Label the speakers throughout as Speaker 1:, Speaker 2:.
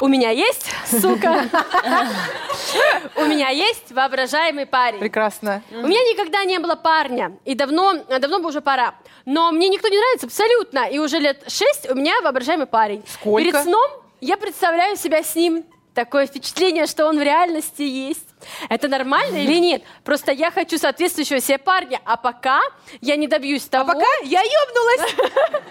Speaker 1: У меня есть, сука. У меня есть воображаемый парень.
Speaker 2: Прекрасно.
Speaker 1: У меня никогда не было парня, и давно, давно бы уже пора. Но мне никто не нравится абсолютно, и уже лет шесть у меня воображаемый парень.
Speaker 2: Сколько?
Speaker 1: Перед сном я представляю себя с ним. Такое впечатление, что он в реальности есть. Это нормально или нет? Просто я хочу соответствующего себе парня, а пока я не добьюсь того...
Speaker 2: А Пока я ёбнулась.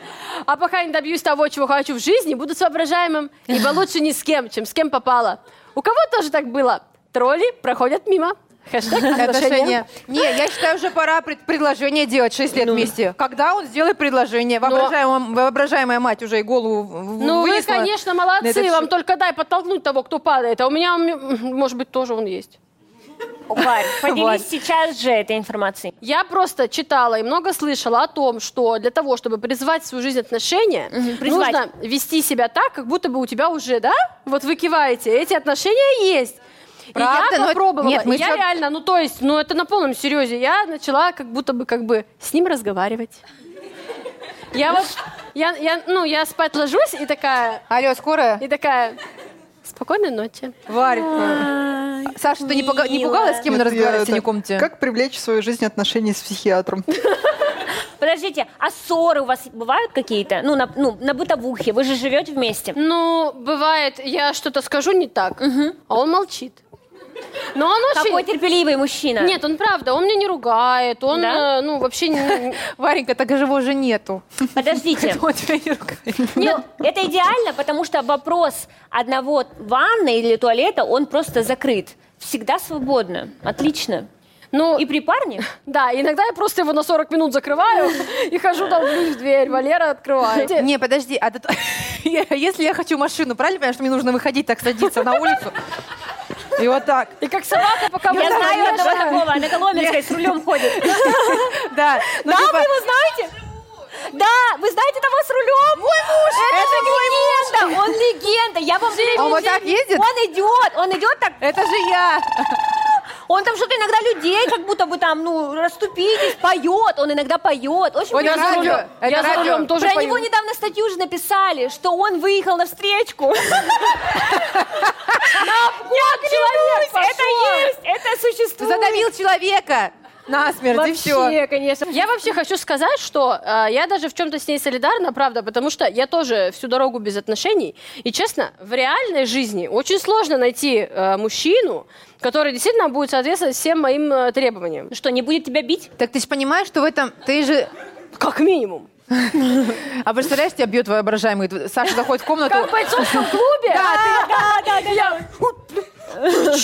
Speaker 1: А пока не добьюсь того, чего хочу в жизни, буду с воображаемым, ибо лучше ни с кем, чем с кем попало. У кого тоже так было? Тролли проходят мимо. Хэштег отношения.
Speaker 2: Отношения. Не, я считаю, уже пора пред- предложение делать 6 лет вместе. Когда он сделает предложение? Воображаемая, воображаемая мать уже и голову в-
Speaker 1: Ну, вы,
Speaker 2: вынесла.
Speaker 1: конечно,
Speaker 2: на этот
Speaker 1: молодцы,
Speaker 2: счет.
Speaker 1: вам только дай подтолкнуть того, кто падает. А у меня, м, может быть, тоже он есть.
Speaker 3: Варь,
Speaker 2: Варь.
Speaker 3: поделись сейчас же этой информацией.
Speaker 1: Я просто читала и много слышала о том, что для того, чтобы призвать в свою жизнь отношения,
Speaker 3: призвать.
Speaker 1: нужно вести себя так, как будто бы у тебя уже, да? Вот вы киваете, эти отношения есть. И
Speaker 2: Правда?
Speaker 1: я
Speaker 2: Но-
Speaker 1: попробовала,
Speaker 2: нет, мы
Speaker 1: и я
Speaker 2: чё-
Speaker 1: реально, ну то есть, ну это на полном серьезе, я начала как будто бы, как бы с ним разговаривать. Я вот, я, я, ну я спать ложусь и такая,
Speaker 2: Алло, скорая?
Speaker 1: и такая, спокойной ночи.
Speaker 2: Варь. э, Саша, ты не, пога- не пугалась, с кем он
Speaker 4: Нет,
Speaker 2: разговаривал
Speaker 4: я
Speaker 2: в синей
Speaker 4: это-
Speaker 2: комнате?
Speaker 4: Как привлечь в свою жизнь отношения с психиатром?
Speaker 3: Подождите, а ссоры у вас бывают какие-то? Ну, на, ну, на бытовухе, вы же живете вместе.
Speaker 1: Ну, бывает, я что-то скажу не так, а он молчит. Но он очень...
Speaker 3: Какой терпеливый мужчина.
Speaker 1: Нет, он правда, он меня не ругает, он,
Speaker 3: Да?
Speaker 1: э, ну, вообще не...
Speaker 2: Варенька, так его уже нету.
Speaker 3: Подождите.
Speaker 2: Он тебя не ругает.
Speaker 3: Нет, это идеально, потому что вопрос одного ванны или туалета, он просто закрыт. Всегда свободно. Отлично.
Speaker 1: Ну,
Speaker 3: И при парне?
Speaker 1: да, иногда я просто его на 40 минут закрываю и хожу, долблюсь в дверь, Валера открывает.
Speaker 2: Не, подожди, а ты- я- если я хочу машину, правильно понимаешь, что мне нужно выходить так, садиться на улицу? И вот так.
Speaker 1: И как собака, пока вы
Speaker 3: Я знаю
Speaker 1: знаешь,
Speaker 3: одного такого, она Коломенская с рулем ходит.
Speaker 2: Да. Ну,
Speaker 3: Да,
Speaker 2: типа,
Speaker 3: вы его знаете? Да, вы знаете того с рулем? Мой муж! Это, легенда, он легенда. Я вам говорю,
Speaker 2: А Он вот так ездит?
Speaker 3: Он идет, он идет так,
Speaker 2: Это же я.
Speaker 3: он там что-то иногда людей, как будто бы там, ну, расступитесь, поет, он иногда поет. Очень
Speaker 2: Он
Speaker 3: приятно.
Speaker 2: радио. Это
Speaker 1: я за
Speaker 2: радио.
Speaker 1: рулем тоже
Speaker 3: Про
Speaker 1: пою.
Speaker 3: него недавно статью же написали, что он выехал на встречку. На обход человек Это есть, это существует.
Speaker 2: Задавил человека насмерть, и все.
Speaker 3: Вообще, конечно.
Speaker 1: Я вообще хочу сказать, что э, я даже в чем-то с ней солидарна, правда, потому что я тоже всю дорогу без отношений. И честно, в реальной жизни очень сложно найти э, мужчину, который действительно будет соответствовать всем моим э, требованиям.
Speaker 3: Что, не будет тебя бить?
Speaker 2: Так ты же понимаешь, что в этом ты же...
Speaker 1: Как минимум.
Speaker 2: А представляешь, тебя бьет воображаемый. Саша заходит в комнату.
Speaker 1: Как в бойцовском клубе.
Speaker 3: А,
Speaker 2: Да,
Speaker 3: Да, да, да. ну,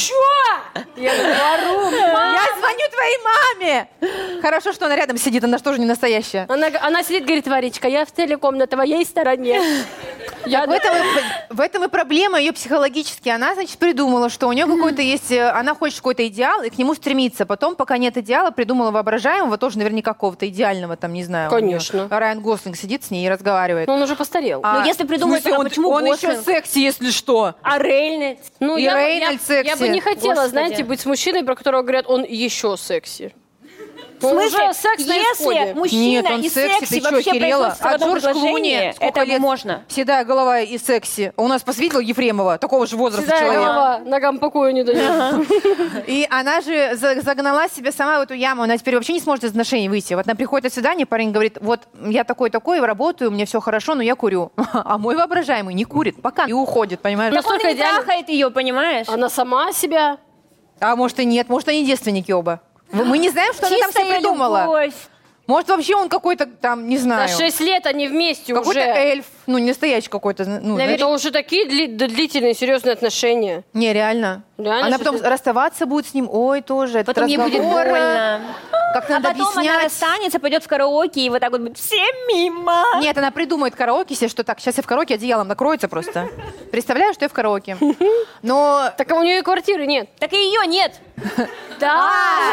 Speaker 2: Я звоню твоей маме. Хорошо, что она рядом сидит, она же тоже не настоящая.
Speaker 1: Она, г- она сидит, говорит, Варечка, я в целиком на твоей стороне. Я
Speaker 2: В этом, и- в этом и проблема ее психологически. Она, значит, придумала, что у нее какой-то есть... э, Она хочет какой-то идеал и к нему стремится. Потом, пока нет идеала, придумала воображаемого, тоже наверняка какого-то идеального, там, не знаю. у неё.
Speaker 1: Конечно.
Speaker 2: Райан Гослинг сидит с ней и разговаривает.
Speaker 1: Ну, он уже постарел.
Speaker 2: А,
Speaker 3: ну, если
Speaker 2: в
Speaker 3: придумать,
Speaker 2: смысле,
Speaker 3: а
Speaker 2: он,
Speaker 3: почему
Speaker 2: он еще
Speaker 3: Гослинг?
Speaker 2: секси, если что.
Speaker 3: А Рейльный?
Speaker 1: ну,
Speaker 2: и
Speaker 1: я, я-
Speaker 2: Рейнольдс
Speaker 1: я,
Speaker 2: секси.
Speaker 1: бы не хотела,
Speaker 3: Господи.
Speaker 1: знаете, быть с мужчиной, про которого говорят, он еще секси.
Speaker 3: В
Speaker 1: Он
Speaker 3: смысле,
Speaker 1: уже секс на
Speaker 3: если
Speaker 1: исходе.
Speaker 3: мужчина
Speaker 2: Нет, он
Speaker 3: и
Speaker 2: секси,
Speaker 3: секси
Speaker 2: ты чё,
Speaker 3: вообще
Speaker 2: охерела?
Speaker 3: произносятся в
Speaker 2: А
Speaker 3: одном
Speaker 2: Джордж
Speaker 3: предложении,
Speaker 2: Клуни, сколько
Speaker 3: это
Speaker 2: лет?
Speaker 3: можно.
Speaker 2: Седая голова и секси. А У нас посвятил Ефремова, такого же возраста
Speaker 1: Седая
Speaker 2: человека.
Speaker 1: голова, ногам покоя не дает.
Speaker 2: И она же за- загнала себя сама в эту яму. Она теперь вообще не сможет из отношений выйти. Вот она приходит на свидание, парень говорит, вот я такой-такой, работаю, мне все хорошо, но я курю. А мой воображаемый не курит пока. И уходит, понимаешь?
Speaker 3: Так он
Speaker 1: Настолько
Speaker 3: и не
Speaker 1: идеально.
Speaker 3: трахает ее, понимаешь?
Speaker 2: ну,
Speaker 1: Она сама себя.
Speaker 2: А может и нет, может они девственники оба. Вы- Мы не знаем, что она там себе
Speaker 3: Чистая
Speaker 2: придумала.
Speaker 3: любовь.
Speaker 2: Может вообще он какой-то там, не
Speaker 1: За
Speaker 2: знаю,
Speaker 1: 6 лет они вместе уже.
Speaker 2: какой-то эльф, ну не настоящий какой-то. Ну, знаешь,
Speaker 1: Это уже такие дли- д- длительные, серьезные отношения.
Speaker 2: Не, реально.
Speaker 1: Реально,
Speaker 2: она
Speaker 1: что
Speaker 2: потом
Speaker 1: ты-
Speaker 2: расставаться будет с ним, ой, тоже. этот
Speaker 3: Потом ей будет
Speaker 2: разговор, э,
Speaker 3: больно.
Speaker 2: Как
Speaker 3: А
Speaker 2: надо
Speaker 3: потом она
Speaker 2: объяснять.
Speaker 3: расстанется, пойдет в караоке и вот так вот будет все мимо.
Speaker 2: Нет, она придумает караоке себе, что так, сейчас я в караоке одеялом накроется просто. Представляю, что я в караоке. Но...
Speaker 1: Так а у нее и квартиры нет.
Speaker 3: Так и ее нет.
Speaker 1: Да.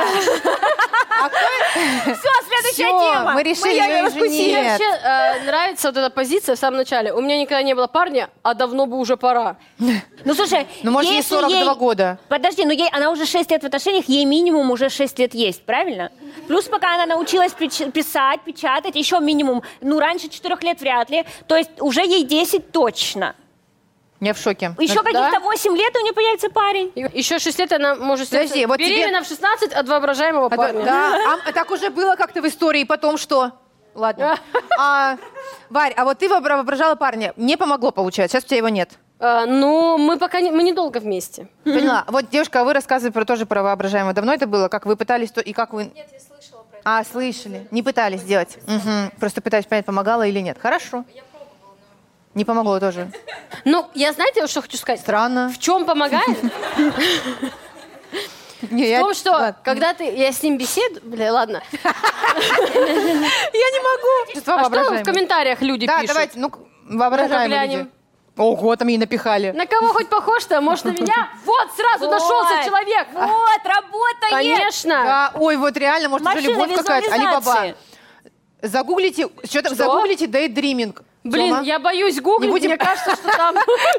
Speaker 3: Все, следующая
Speaker 2: а Всё,
Speaker 3: тема.
Speaker 2: мы решили
Speaker 3: её
Speaker 2: её
Speaker 3: раскусили.
Speaker 2: женить.
Speaker 1: Мне
Speaker 2: Нет.
Speaker 1: вообще э, нравится вот эта позиция в самом начале. У меня никогда не было парня, а давно бы уже пора.
Speaker 3: Ну слушай,
Speaker 2: Ну, может, ей
Speaker 3: если
Speaker 2: 42 года.
Speaker 3: Подожди, ну ей она уже 6 лет в отношениях, ей минимум уже 6 лет есть, правильно? Плюс пока она научилась печ- писать, печатать, еще минимум, ну раньше 4 лет вряд ли. То есть уже ей 10 точно.
Speaker 2: Я в шоке.
Speaker 3: Еще
Speaker 1: Да.
Speaker 3: каких-то 8 лет у нее появится парень.
Speaker 1: Еще 6 лет она может
Speaker 2: Подожди,
Speaker 1: становиться
Speaker 2: вот тебе-
Speaker 1: беременна в 16 от воображаемого
Speaker 2: А то-
Speaker 1: парня.
Speaker 2: да, а, а так уже было как-то в истории, потом что? Ладно. А, Варь, а вот ты вообра- воображала парня. Не помогло, получается. Сейчас у тебя его нет.
Speaker 1: А, ну, мы пока не, мы недолго вместе.
Speaker 2: Поняла. Вот, девушка, а вы рассказывали про тоже про воображаемое. Давно это было? Как вы пытались то и как вы... Нет, я слышала про это. А, слышали. Не пытались сделать. Мгм. Просто пытаюсь понять, помогала или нет. Хорошо. Я пробовала, но... Не помогло тоже.
Speaker 1: Ну, я знаете, вот что хочу сказать?
Speaker 2: Странно.
Speaker 1: В чем помогает?
Speaker 2: Не,
Speaker 1: В
Speaker 2: я-
Speaker 1: том, что
Speaker 2: Ладно.
Speaker 1: когда ты, я с ним беседую, бля, ладно.
Speaker 2: Я не могу. Чувства
Speaker 1: А что в
Speaker 2: воображаемые.
Speaker 1: комментариях люди
Speaker 2: Да,
Speaker 1: пишут?
Speaker 2: давайте, ну,
Speaker 1: Ну-ка,
Speaker 2: воображаемые люди.
Speaker 1: глянем.
Speaker 2: Ого, там ей напихали.
Speaker 1: На кого хоть похож-то? Может, на меня? Вот, сразу нашелся
Speaker 3: Вот.
Speaker 1: человек.
Speaker 2: А,
Speaker 3: Вот, работает!
Speaker 1: Конечно.
Speaker 2: Да, ой, вот реально, может, уже
Speaker 3: Машина
Speaker 2: любовь какая-то. Алибаба.
Speaker 3: визуализации.
Speaker 2: Загуглите, что там,
Speaker 1: Что?
Speaker 2: загуглите daydreaming.
Speaker 1: Блин,
Speaker 2: Тёма.
Speaker 1: я боюсь гуглить,
Speaker 2: Не будем-
Speaker 1: мне кажется, что там...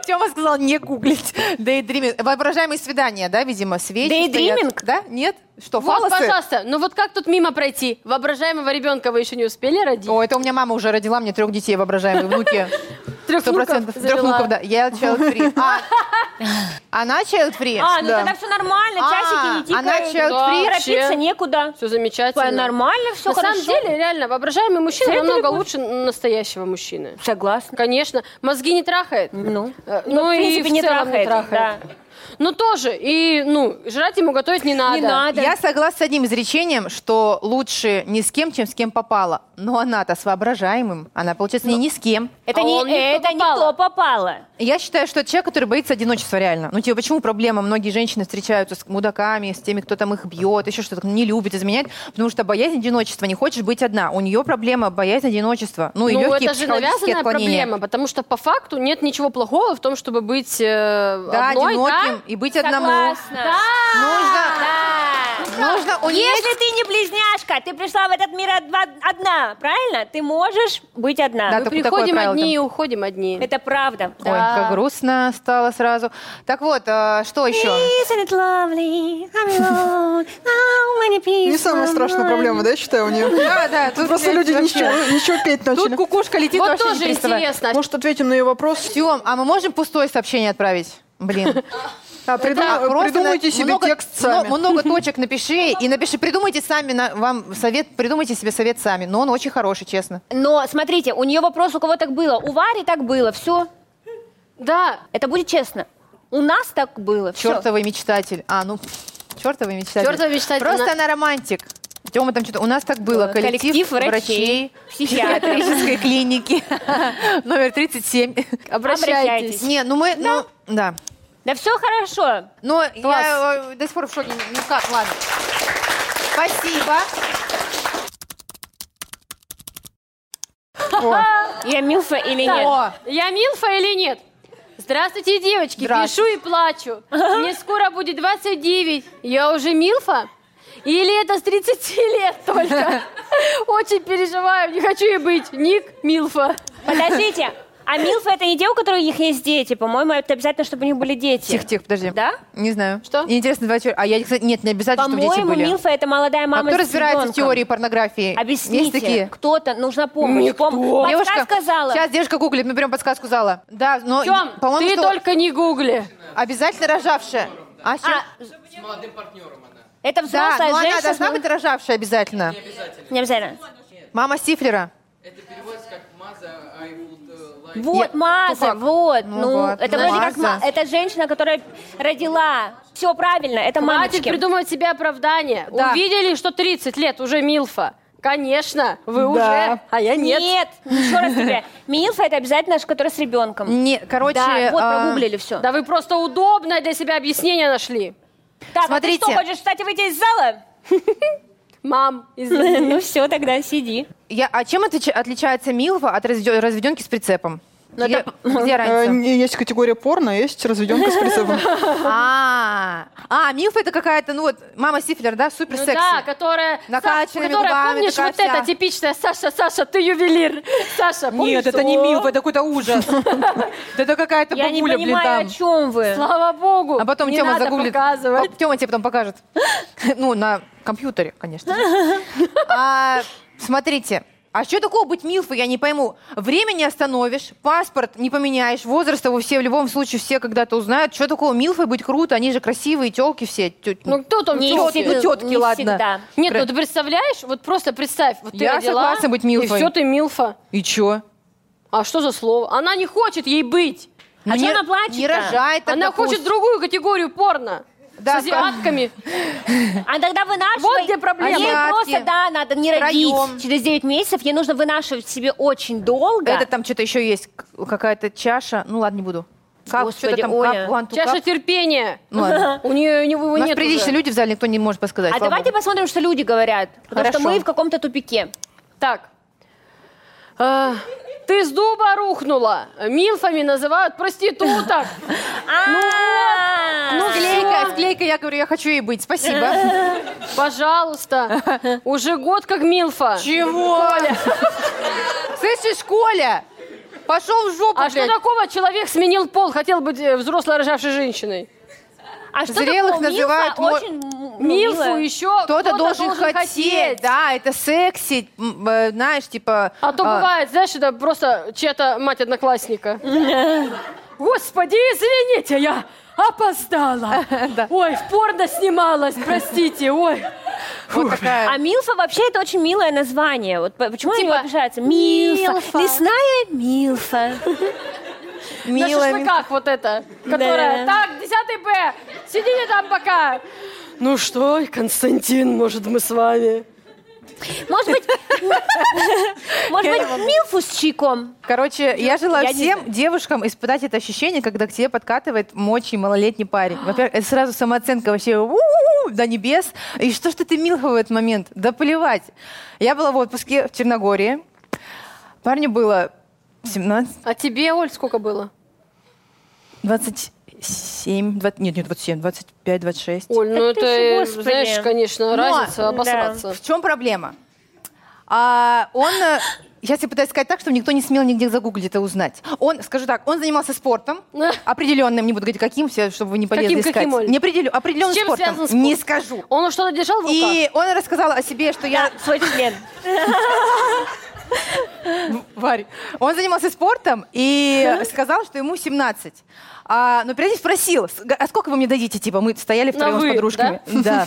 Speaker 2: Тёма сказал не гуглить. Daydreaming. Воображаемые свидания, да, видимо, свечи
Speaker 3: Daydreaming?
Speaker 2: стоят. Да? Нет? Что,
Speaker 1: Вот,
Speaker 2: фалосы?
Speaker 1: пожалуйста, ну вот как тут мимо пройти? Воображаемого ребенка вы еще не успели родить?
Speaker 2: О, это у меня мама уже родила мне трех детей воображаемые внуки.
Speaker 1: Трех
Speaker 2: Сто процентов.
Speaker 1: внуков
Speaker 2: Трех
Speaker 1: завела.
Speaker 2: внуков, да. Я child free. А, она child free?
Speaker 3: А, ну
Speaker 4: Да.
Speaker 3: тогда все нормально,
Speaker 2: А,
Speaker 3: часики не
Speaker 2: она
Speaker 3: тикают.
Speaker 2: child
Speaker 1: Да.
Speaker 2: free?
Speaker 1: Вообще.
Speaker 3: Торопиться некуда.
Speaker 1: Все замечательно.
Speaker 3: Нормально, все
Speaker 1: На
Speaker 3: хорошо.
Speaker 1: самом деле, реально, воображаемый мужчина
Speaker 3: Всё это
Speaker 1: намного
Speaker 3: любовь.
Speaker 1: лучше настоящего мужчины.
Speaker 3: Согласна.
Speaker 1: Конечно, мозги не трахает.
Speaker 3: Ну,
Speaker 1: Э,
Speaker 3: Ну, в принципе, не
Speaker 1: целом
Speaker 3: трахает.
Speaker 1: Ну тоже, и, ну, жрать ему готовить не надо.
Speaker 3: Не надо.
Speaker 2: Я согласна с одним изречением, что лучше не с кем, чем с кем попала. Но она-то с воображаемым. Она, получается,
Speaker 3: Ну.
Speaker 2: не ни с кем.
Speaker 3: Это,
Speaker 1: А
Speaker 3: не,
Speaker 1: он не кто
Speaker 3: это не
Speaker 1: попало.
Speaker 3: кто попало.
Speaker 2: Я считаю, что это человек, который боится одиночества реально. Ну, типа, почему проблема? Многие женщины встречаются с мудаками, с теми, кто там их бьет, еще что-то, не любит изменять, потому что боязнь одиночества, не хочешь быть одна. У нее проблема боязнь одиночества. Ну, и
Speaker 1: Ну,
Speaker 2: легкие
Speaker 1: это же
Speaker 2: психологические
Speaker 1: навязанная
Speaker 2: отклонения.
Speaker 1: проблема, потому что по факту нет ничего плохого в том, чтобы быть э,
Speaker 2: Да,
Speaker 1: одной,
Speaker 2: одиноким и быть одному.
Speaker 3: Согласна. Да.
Speaker 2: Нужно, нужно уметь...
Speaker 3: Ну, Если ты не близняшка, ты пришла в этот мир одва- одна, правильно? Ты можешь быть одна.
Speaker 2: Да,
Speaker 1: Мы
Speaker 2: так- такое
Speaker 1: приходим
Speaker 2: правило
Speaker 1: одни
Speaker 2: там.
Speaker 1: и уходим одни.
Speaker 3: Это правда.
Speaker 2: Ой, как грустно стало сразу. Так вот, а, что еще?
Speaker 3: Isn't it lovely? I'm alone. How many people
Speaker 4: Не самая страшная
Speaker 3: are
Speaker 4: проблема, да, я считаю, у нее.
Speaker 2: Да, да,
Speaker 4: Тут просто люди ничего, ничего петь начали.
Speaker 2: Тут кукушка летит
Speaker 1: Вот
Speaker 2: вообще не
Speaker 1: тоже
Speaker 2: переставая.
Speaker 1: интересно.
Speaker 4: Может, ответим на ее вопрос?
Speaker 2: Тём, а мы можем пустое сообщение отправить? Блин. А, придум-
Speaker 4: Это-
Speaker 2: просто
Speaker 4: придумайте
Speaker 2: на-
Speaker 4: себе
Speaker 2: много-
Speaker 4: текст сами.
Speaker 2: мно- Много точек напиши и напиши, придумайте сами на- вам совет, придумайте себе совет сами. Но он очень хороший, честно.
Speaker 3: Но смотрите, у нее вопрос, у кого так было. У Вари так было, все.
Speaker 1: Да,
Speaker 3: Это будет честно. У нас так было. всё.
Speaker 2: Чертовый мечтатель. А, ну, чертовый мечтатель.
Speaker 1: Чёртовый мечтатель.
Speaker 2: Просто
Speaker 1: У нас-
Speaker 2: она романтик. Тёма там что-то... У нас так было.
Speaker 3: Э,
Speaker 2: Коллектив,
Speaker 3: коллектив врачей, психиатров.
Speaker 2: психиатрической клиники. Номер 37.
Speaker 1: обращайтесь.
Speaker 3: Обращайтесь.
Speaker 2: Не, ну мы... ну, Да.
Speaker 3: Да все хорошо.
Speaker 2: Но
Speaker 1: Класс.
Speaker 2: я э, до сих пор в шоке. Ну как, ладно. Спасибо.
Speaker 3: Я милфа или
Speaker 1: Так,
Speaker 3: нет?
Speaker 2: О.
Speaker 1: Я Милфа или нет? Здравствуйте, девочки.
Speaker 2: Здравствуй.
Speaker 1: Пишу и плачу. Мне скоро будет 29. Я уже Милфа? Или это с 30 лет только? Очень переживаю. Не хочу и быть. Ник Милфа.
Speaker 3: Подождите, а милфа это не те, у которых есть дети? По-моему, это обязательно, чтобы у них были дети.
Speaker 2: Тихо-тихо, подожди.
Speaker 3: Да?
Speaker 2: Не знаю.
Speaker 1: Что?
Speaker 2: Мне Интересно, два теории. А я, кстати, нет, не обязательно, чтобы дети
Speaker 3: По-моему,
Speaker 2: были.
Speaker 3: милфа это молодая
Speaker 2: а
Speaker 3: мама
Speaker 2: кто
Speaker 3: с
Speaker 2: разбирается в
Speaker 3: ребёнком.
Speaker 2: теории порнографии? Есть
Speaker 3: Объясните,
Speaker 2: такие?
Speaker 3: кто-то, нужна помощь. Пом-
Speaker 2: Девушка,
Speaker 3: Подсказка зала.
Speaker 2: Сейчас девушка гуглит, мы берем подсказку зала. Да, но
Speaker 1: Тём,
Speaker 2: по-моему,
Speaker 1: ты
Speaker 2: что
Speaker 1: только не гугли.
Speaker 2: обязательно рожавшая. А,
Speaker 3: А,
Speaker 2: щас-
Speaker 3: Это
Speaker 2: да,
Speaker 3: взрослая
Speaker 2: но она
Speaker 3: женщина.
Speaker 2: должна быть рожавшая обязательно.
Speaker 3: Не
Speaker 5: Ну,
Speaker 3: обязательно.
Speaker 2: Мама Стифлера.
Speaker 6: Это переводится как «Маза, I would uh, like...»
Speaker 3: Вот, Маза,
Speaker 2: тупак.
Speaker 3: вот.
Speaker 2: Ну
Speaker 3: Ну,
Speaker 2: вот,
Speaker 3: это
Speaker 2: ну,
Speaker 3: вроде как
Speaker 2: Маза.
Speaker 3: ма- это женщина, которая родила. Все правильно, это
Speaker 1: Хватит
Speaker 3: мамочки.
Speaker 1: придумывать себе оправдание.
Speaker 2: Да.
Speaker 1: Увидели, что 30 лет уже Милфа? Конечно, вы уже, а я нет.
Speaker 3: Нет, еще раз тебе. Милфа это обязательно, которая с ребенком.
Speaker 2: Не, короче,
Speaker 3: Да, вот
Speaker 2: а,
Speaker 3: прогуглили все.
Speaker 1: Да вы просто удобное для себя объяснение нашли.
Speaker 3: Так,
Speaker 2: Смотрите.
Speaker 3: а ты что, хочешь, кстати, выйти из зала?
Speaker 1: Мам, извини.
Speaker 3: Ну все, тогда сиди.
Speaker 2: я, а чем отлич- отличается Милва от разведё- разведенки с прицепом? где, где
Speaker 4: Э,
Speaker 2: разница?
Speaker 4: не- Есть категория порно, а есть разведенка с прицепом.
Speaker 2: А, а Милфа это какая-то, ну вот, мама Стифлер, да, супер
Speaker 1: Ну
Speaker 2: секси.
Speaker 1: да, которая... Са-
Speaker 2: Накачанными
Speaker 1: которая,
Speaker 2: губами
Speaker 1: помнишь,
Speaker 2: такая
Speaker 1: вот эта
Speaker 2: вся.
Speaker 1: типичная Саша, Саша, ты ювелир. Саша, помнишь?
Speaker 5: Нет, это не
Speaker 1: О,
Speaker 5: милф, это какой-то ужас. Это какая-то
Speaker 3: Я не
Speaker 5: бабуля, блин,
Speaker 3: понимаю,
Speaker 5: там.
Speaker 3: о чем вы.
Speaker 1: Слава богу.
Speaker 2: А потом
Speaker 1: не
Speaker 2: Тёма
Speaker 1: надо
Speaker 2: загуглит.
Speaker 1: показывать.
Speaker 2: Тема тебе потом покажет. Ну, на компьютере, конечно. же. А, Смотрите, А что такого быть милфой, я не пойму. Время не остановишь, паспорт не поменяешь, возраст его все в любом случае все когда-то узнают. Что такого милфой быть круто? Они же красивые, телки все. тё-
Speaker 1: Ну кто там
Speaker 3: Не
Speaker 1: тётки?
Speaker 3: всегда-
Speaker 2: тётки,
Speaker 3: не
Speaker 2: ладно.
Speaker 3: всегда.
Speaker 1: Нет,
Speaker 2: Про-
Speaker 1: ну ты представляешь, вот просто представь, вот ты
Speaker 2: Я
Speaker 1: родила,
Speaker 2: согласна быть милфой.
Speaker 1: и все, ты милфа.
Speaker 2: И чё?
Speaker 1: А что за слово? Она не хочет ей быть.
Speaker 3: А
Speaker 2: не-
Speaker 3: что она плачет?
Speaker 2: Не рожает. тогда
Speaker 1: Она хочет
Speaker 2: пусть.
Speaker 1: другую категорию порно. с
Speaker 2: Да,
Speaker 1: азиатками.
Speaker 3: А тогда вынашивай.
Speaker 1: Вот где проблема.
Speaker 3: Ей
Speaker 2: Азиатки.
Speaker 3: просто, да, надо не родить.
Speaker 2: Втроём.
Speaker 3: Через 9 месяцев ей нужно вынашивать себе очень долго.
Speaker 2: Это там что-то еще есть, к- какая-то чаша. Ну ладно, не буду. Как,
Speaker 3: Господи,
Speaker 2: что-то там,
Speaker 3: Оля.
Speaker 2: как, one, two,
Speaker 1: Чаша
Speaker 2: как?
Speaker 1: терпения.
Speaker 2: Ну ладно.
Speaker 1: У нее у него
Speaker 2: У нас
Speaker 1: нет
Speaker 2: приличные
Speaker 1: уже.
Speaker 2: люди в зале, никто не может
Speaker 3: а
Speaker 2: подсказать. слава
Speaker 3: давайте
Speaker 2: богу.
Speaker 3: посмотрим, что люди говорят. Потому что
Speaker 2: Хорошо.
Speaker 3: мы в каком-то тупике.
Speaker 1: Так. А, ты с дуба рухнула. Милфами называют проституток. А,
Speaker 3: Ну, Э.
Speaker 2: Ну, склейка, склейка, я говорю, я хочу ей быть, спасибо.
Speaker 1: Пожалуйста. Уже год как милфа.
Speaker 2: Чего? Слышишь, Коля? Пошел в жопу,
Speaker 1: А что
Speaker 2: блядь.
Speaker 1: такого человек сменил пол, хотел быть э, взрослой рожавшей женщиной?
Speaker 3: а что
Speaker 2: Зрелых
Speaker 3: такое милфа?
Speaker 2: называют мо-
Speaker 3: Очень м- ну,
Speaker 1: Милфу
Speaker 3: милая.
Speaker 1: еще
Speaker 2: Кто-то должен, хотеть, да, это секси, м, э, знаешь, типа...
Speaker 1: А то бывает, знаешь, это просто чья-то мать одноклассника. Господи, извините, я опоздала. Ой, в порно снималась, простите, ой.
Speaker 2: вот такая.
Speaker 3: А милфа вообще это очень милое название. Вот по- почему они
Speaker 1: Типа,
Speaker 3: обижаются? Милфа.
Speaker 1: «Милфа».
Speaker 3: Лесная милфа.
Speaker 1: На
Speaker 2: милая, милая.
Speaker 1: шашлыках вот это, которая,
Speaker 3: Да.
Speaker 1: так, 10 Б, сидите там пока. Ну что, Константин, может, мы с вами?
Speaker 3: Может быть, может быть, милфу с чайком.
Speaker 2: Короче, я желаю
Speaker 3: я не
Speaker 2: всем девушкам испытать это ощущение, когда к тебе подкатывает мочий малолетний парень. Во-первых, это сразу самооценка вообще у-у-у, до небес. И что ж ты, ты милха в этот момент? Да плевать. Я была в отпуске в Черногории. Парню было 17,
Speaker 1: А тебе, Оль, сколько было?
Speaker 2: 27, 20, нет, нет, 27, 25, 26.
Speaker 1: Оль, ну это,
Speaker 3: ты ж,
Speaker 1: э,
Speaker 3: господи.
Speaker 1: знаешь, конечно, разница
Speaker 3: да.
Speaker 1: обосраться.
Speaker 2: В чем проблема? А, он, э, сейчас я пытаюсь сказать так, чтобы никто не смел нигде загуглить и узнать. Он, скажу так, он занимался спортом, определенным, не буду говорить каким, все, чтобы вы не полезли
Speaker 1: Каким,
Speaker 2: искать.
Speaker 1: каким, Оль?
Speaker 2: Не определю, определенным
Speaker 1: С чем
Speaker 2: спортом.
Speaker 1: связан
Speaker 2: Не
Speaker 1: спорт?
Speaker 2: скажу.
Speaker 1: Он что-то держал в руках?
Speaker 2: И он рассказал о себе, что я...
Speaker 3: Да, свой член.
Speaker 2: Варь. Он занимался спортом и сказал, что ему 17. А, но прежде спросил, «С- г- а сколько вы мне дадите? Типа, мы стояли втроем
Speaker 1: вы,
Speaker 2: с подружками. Да.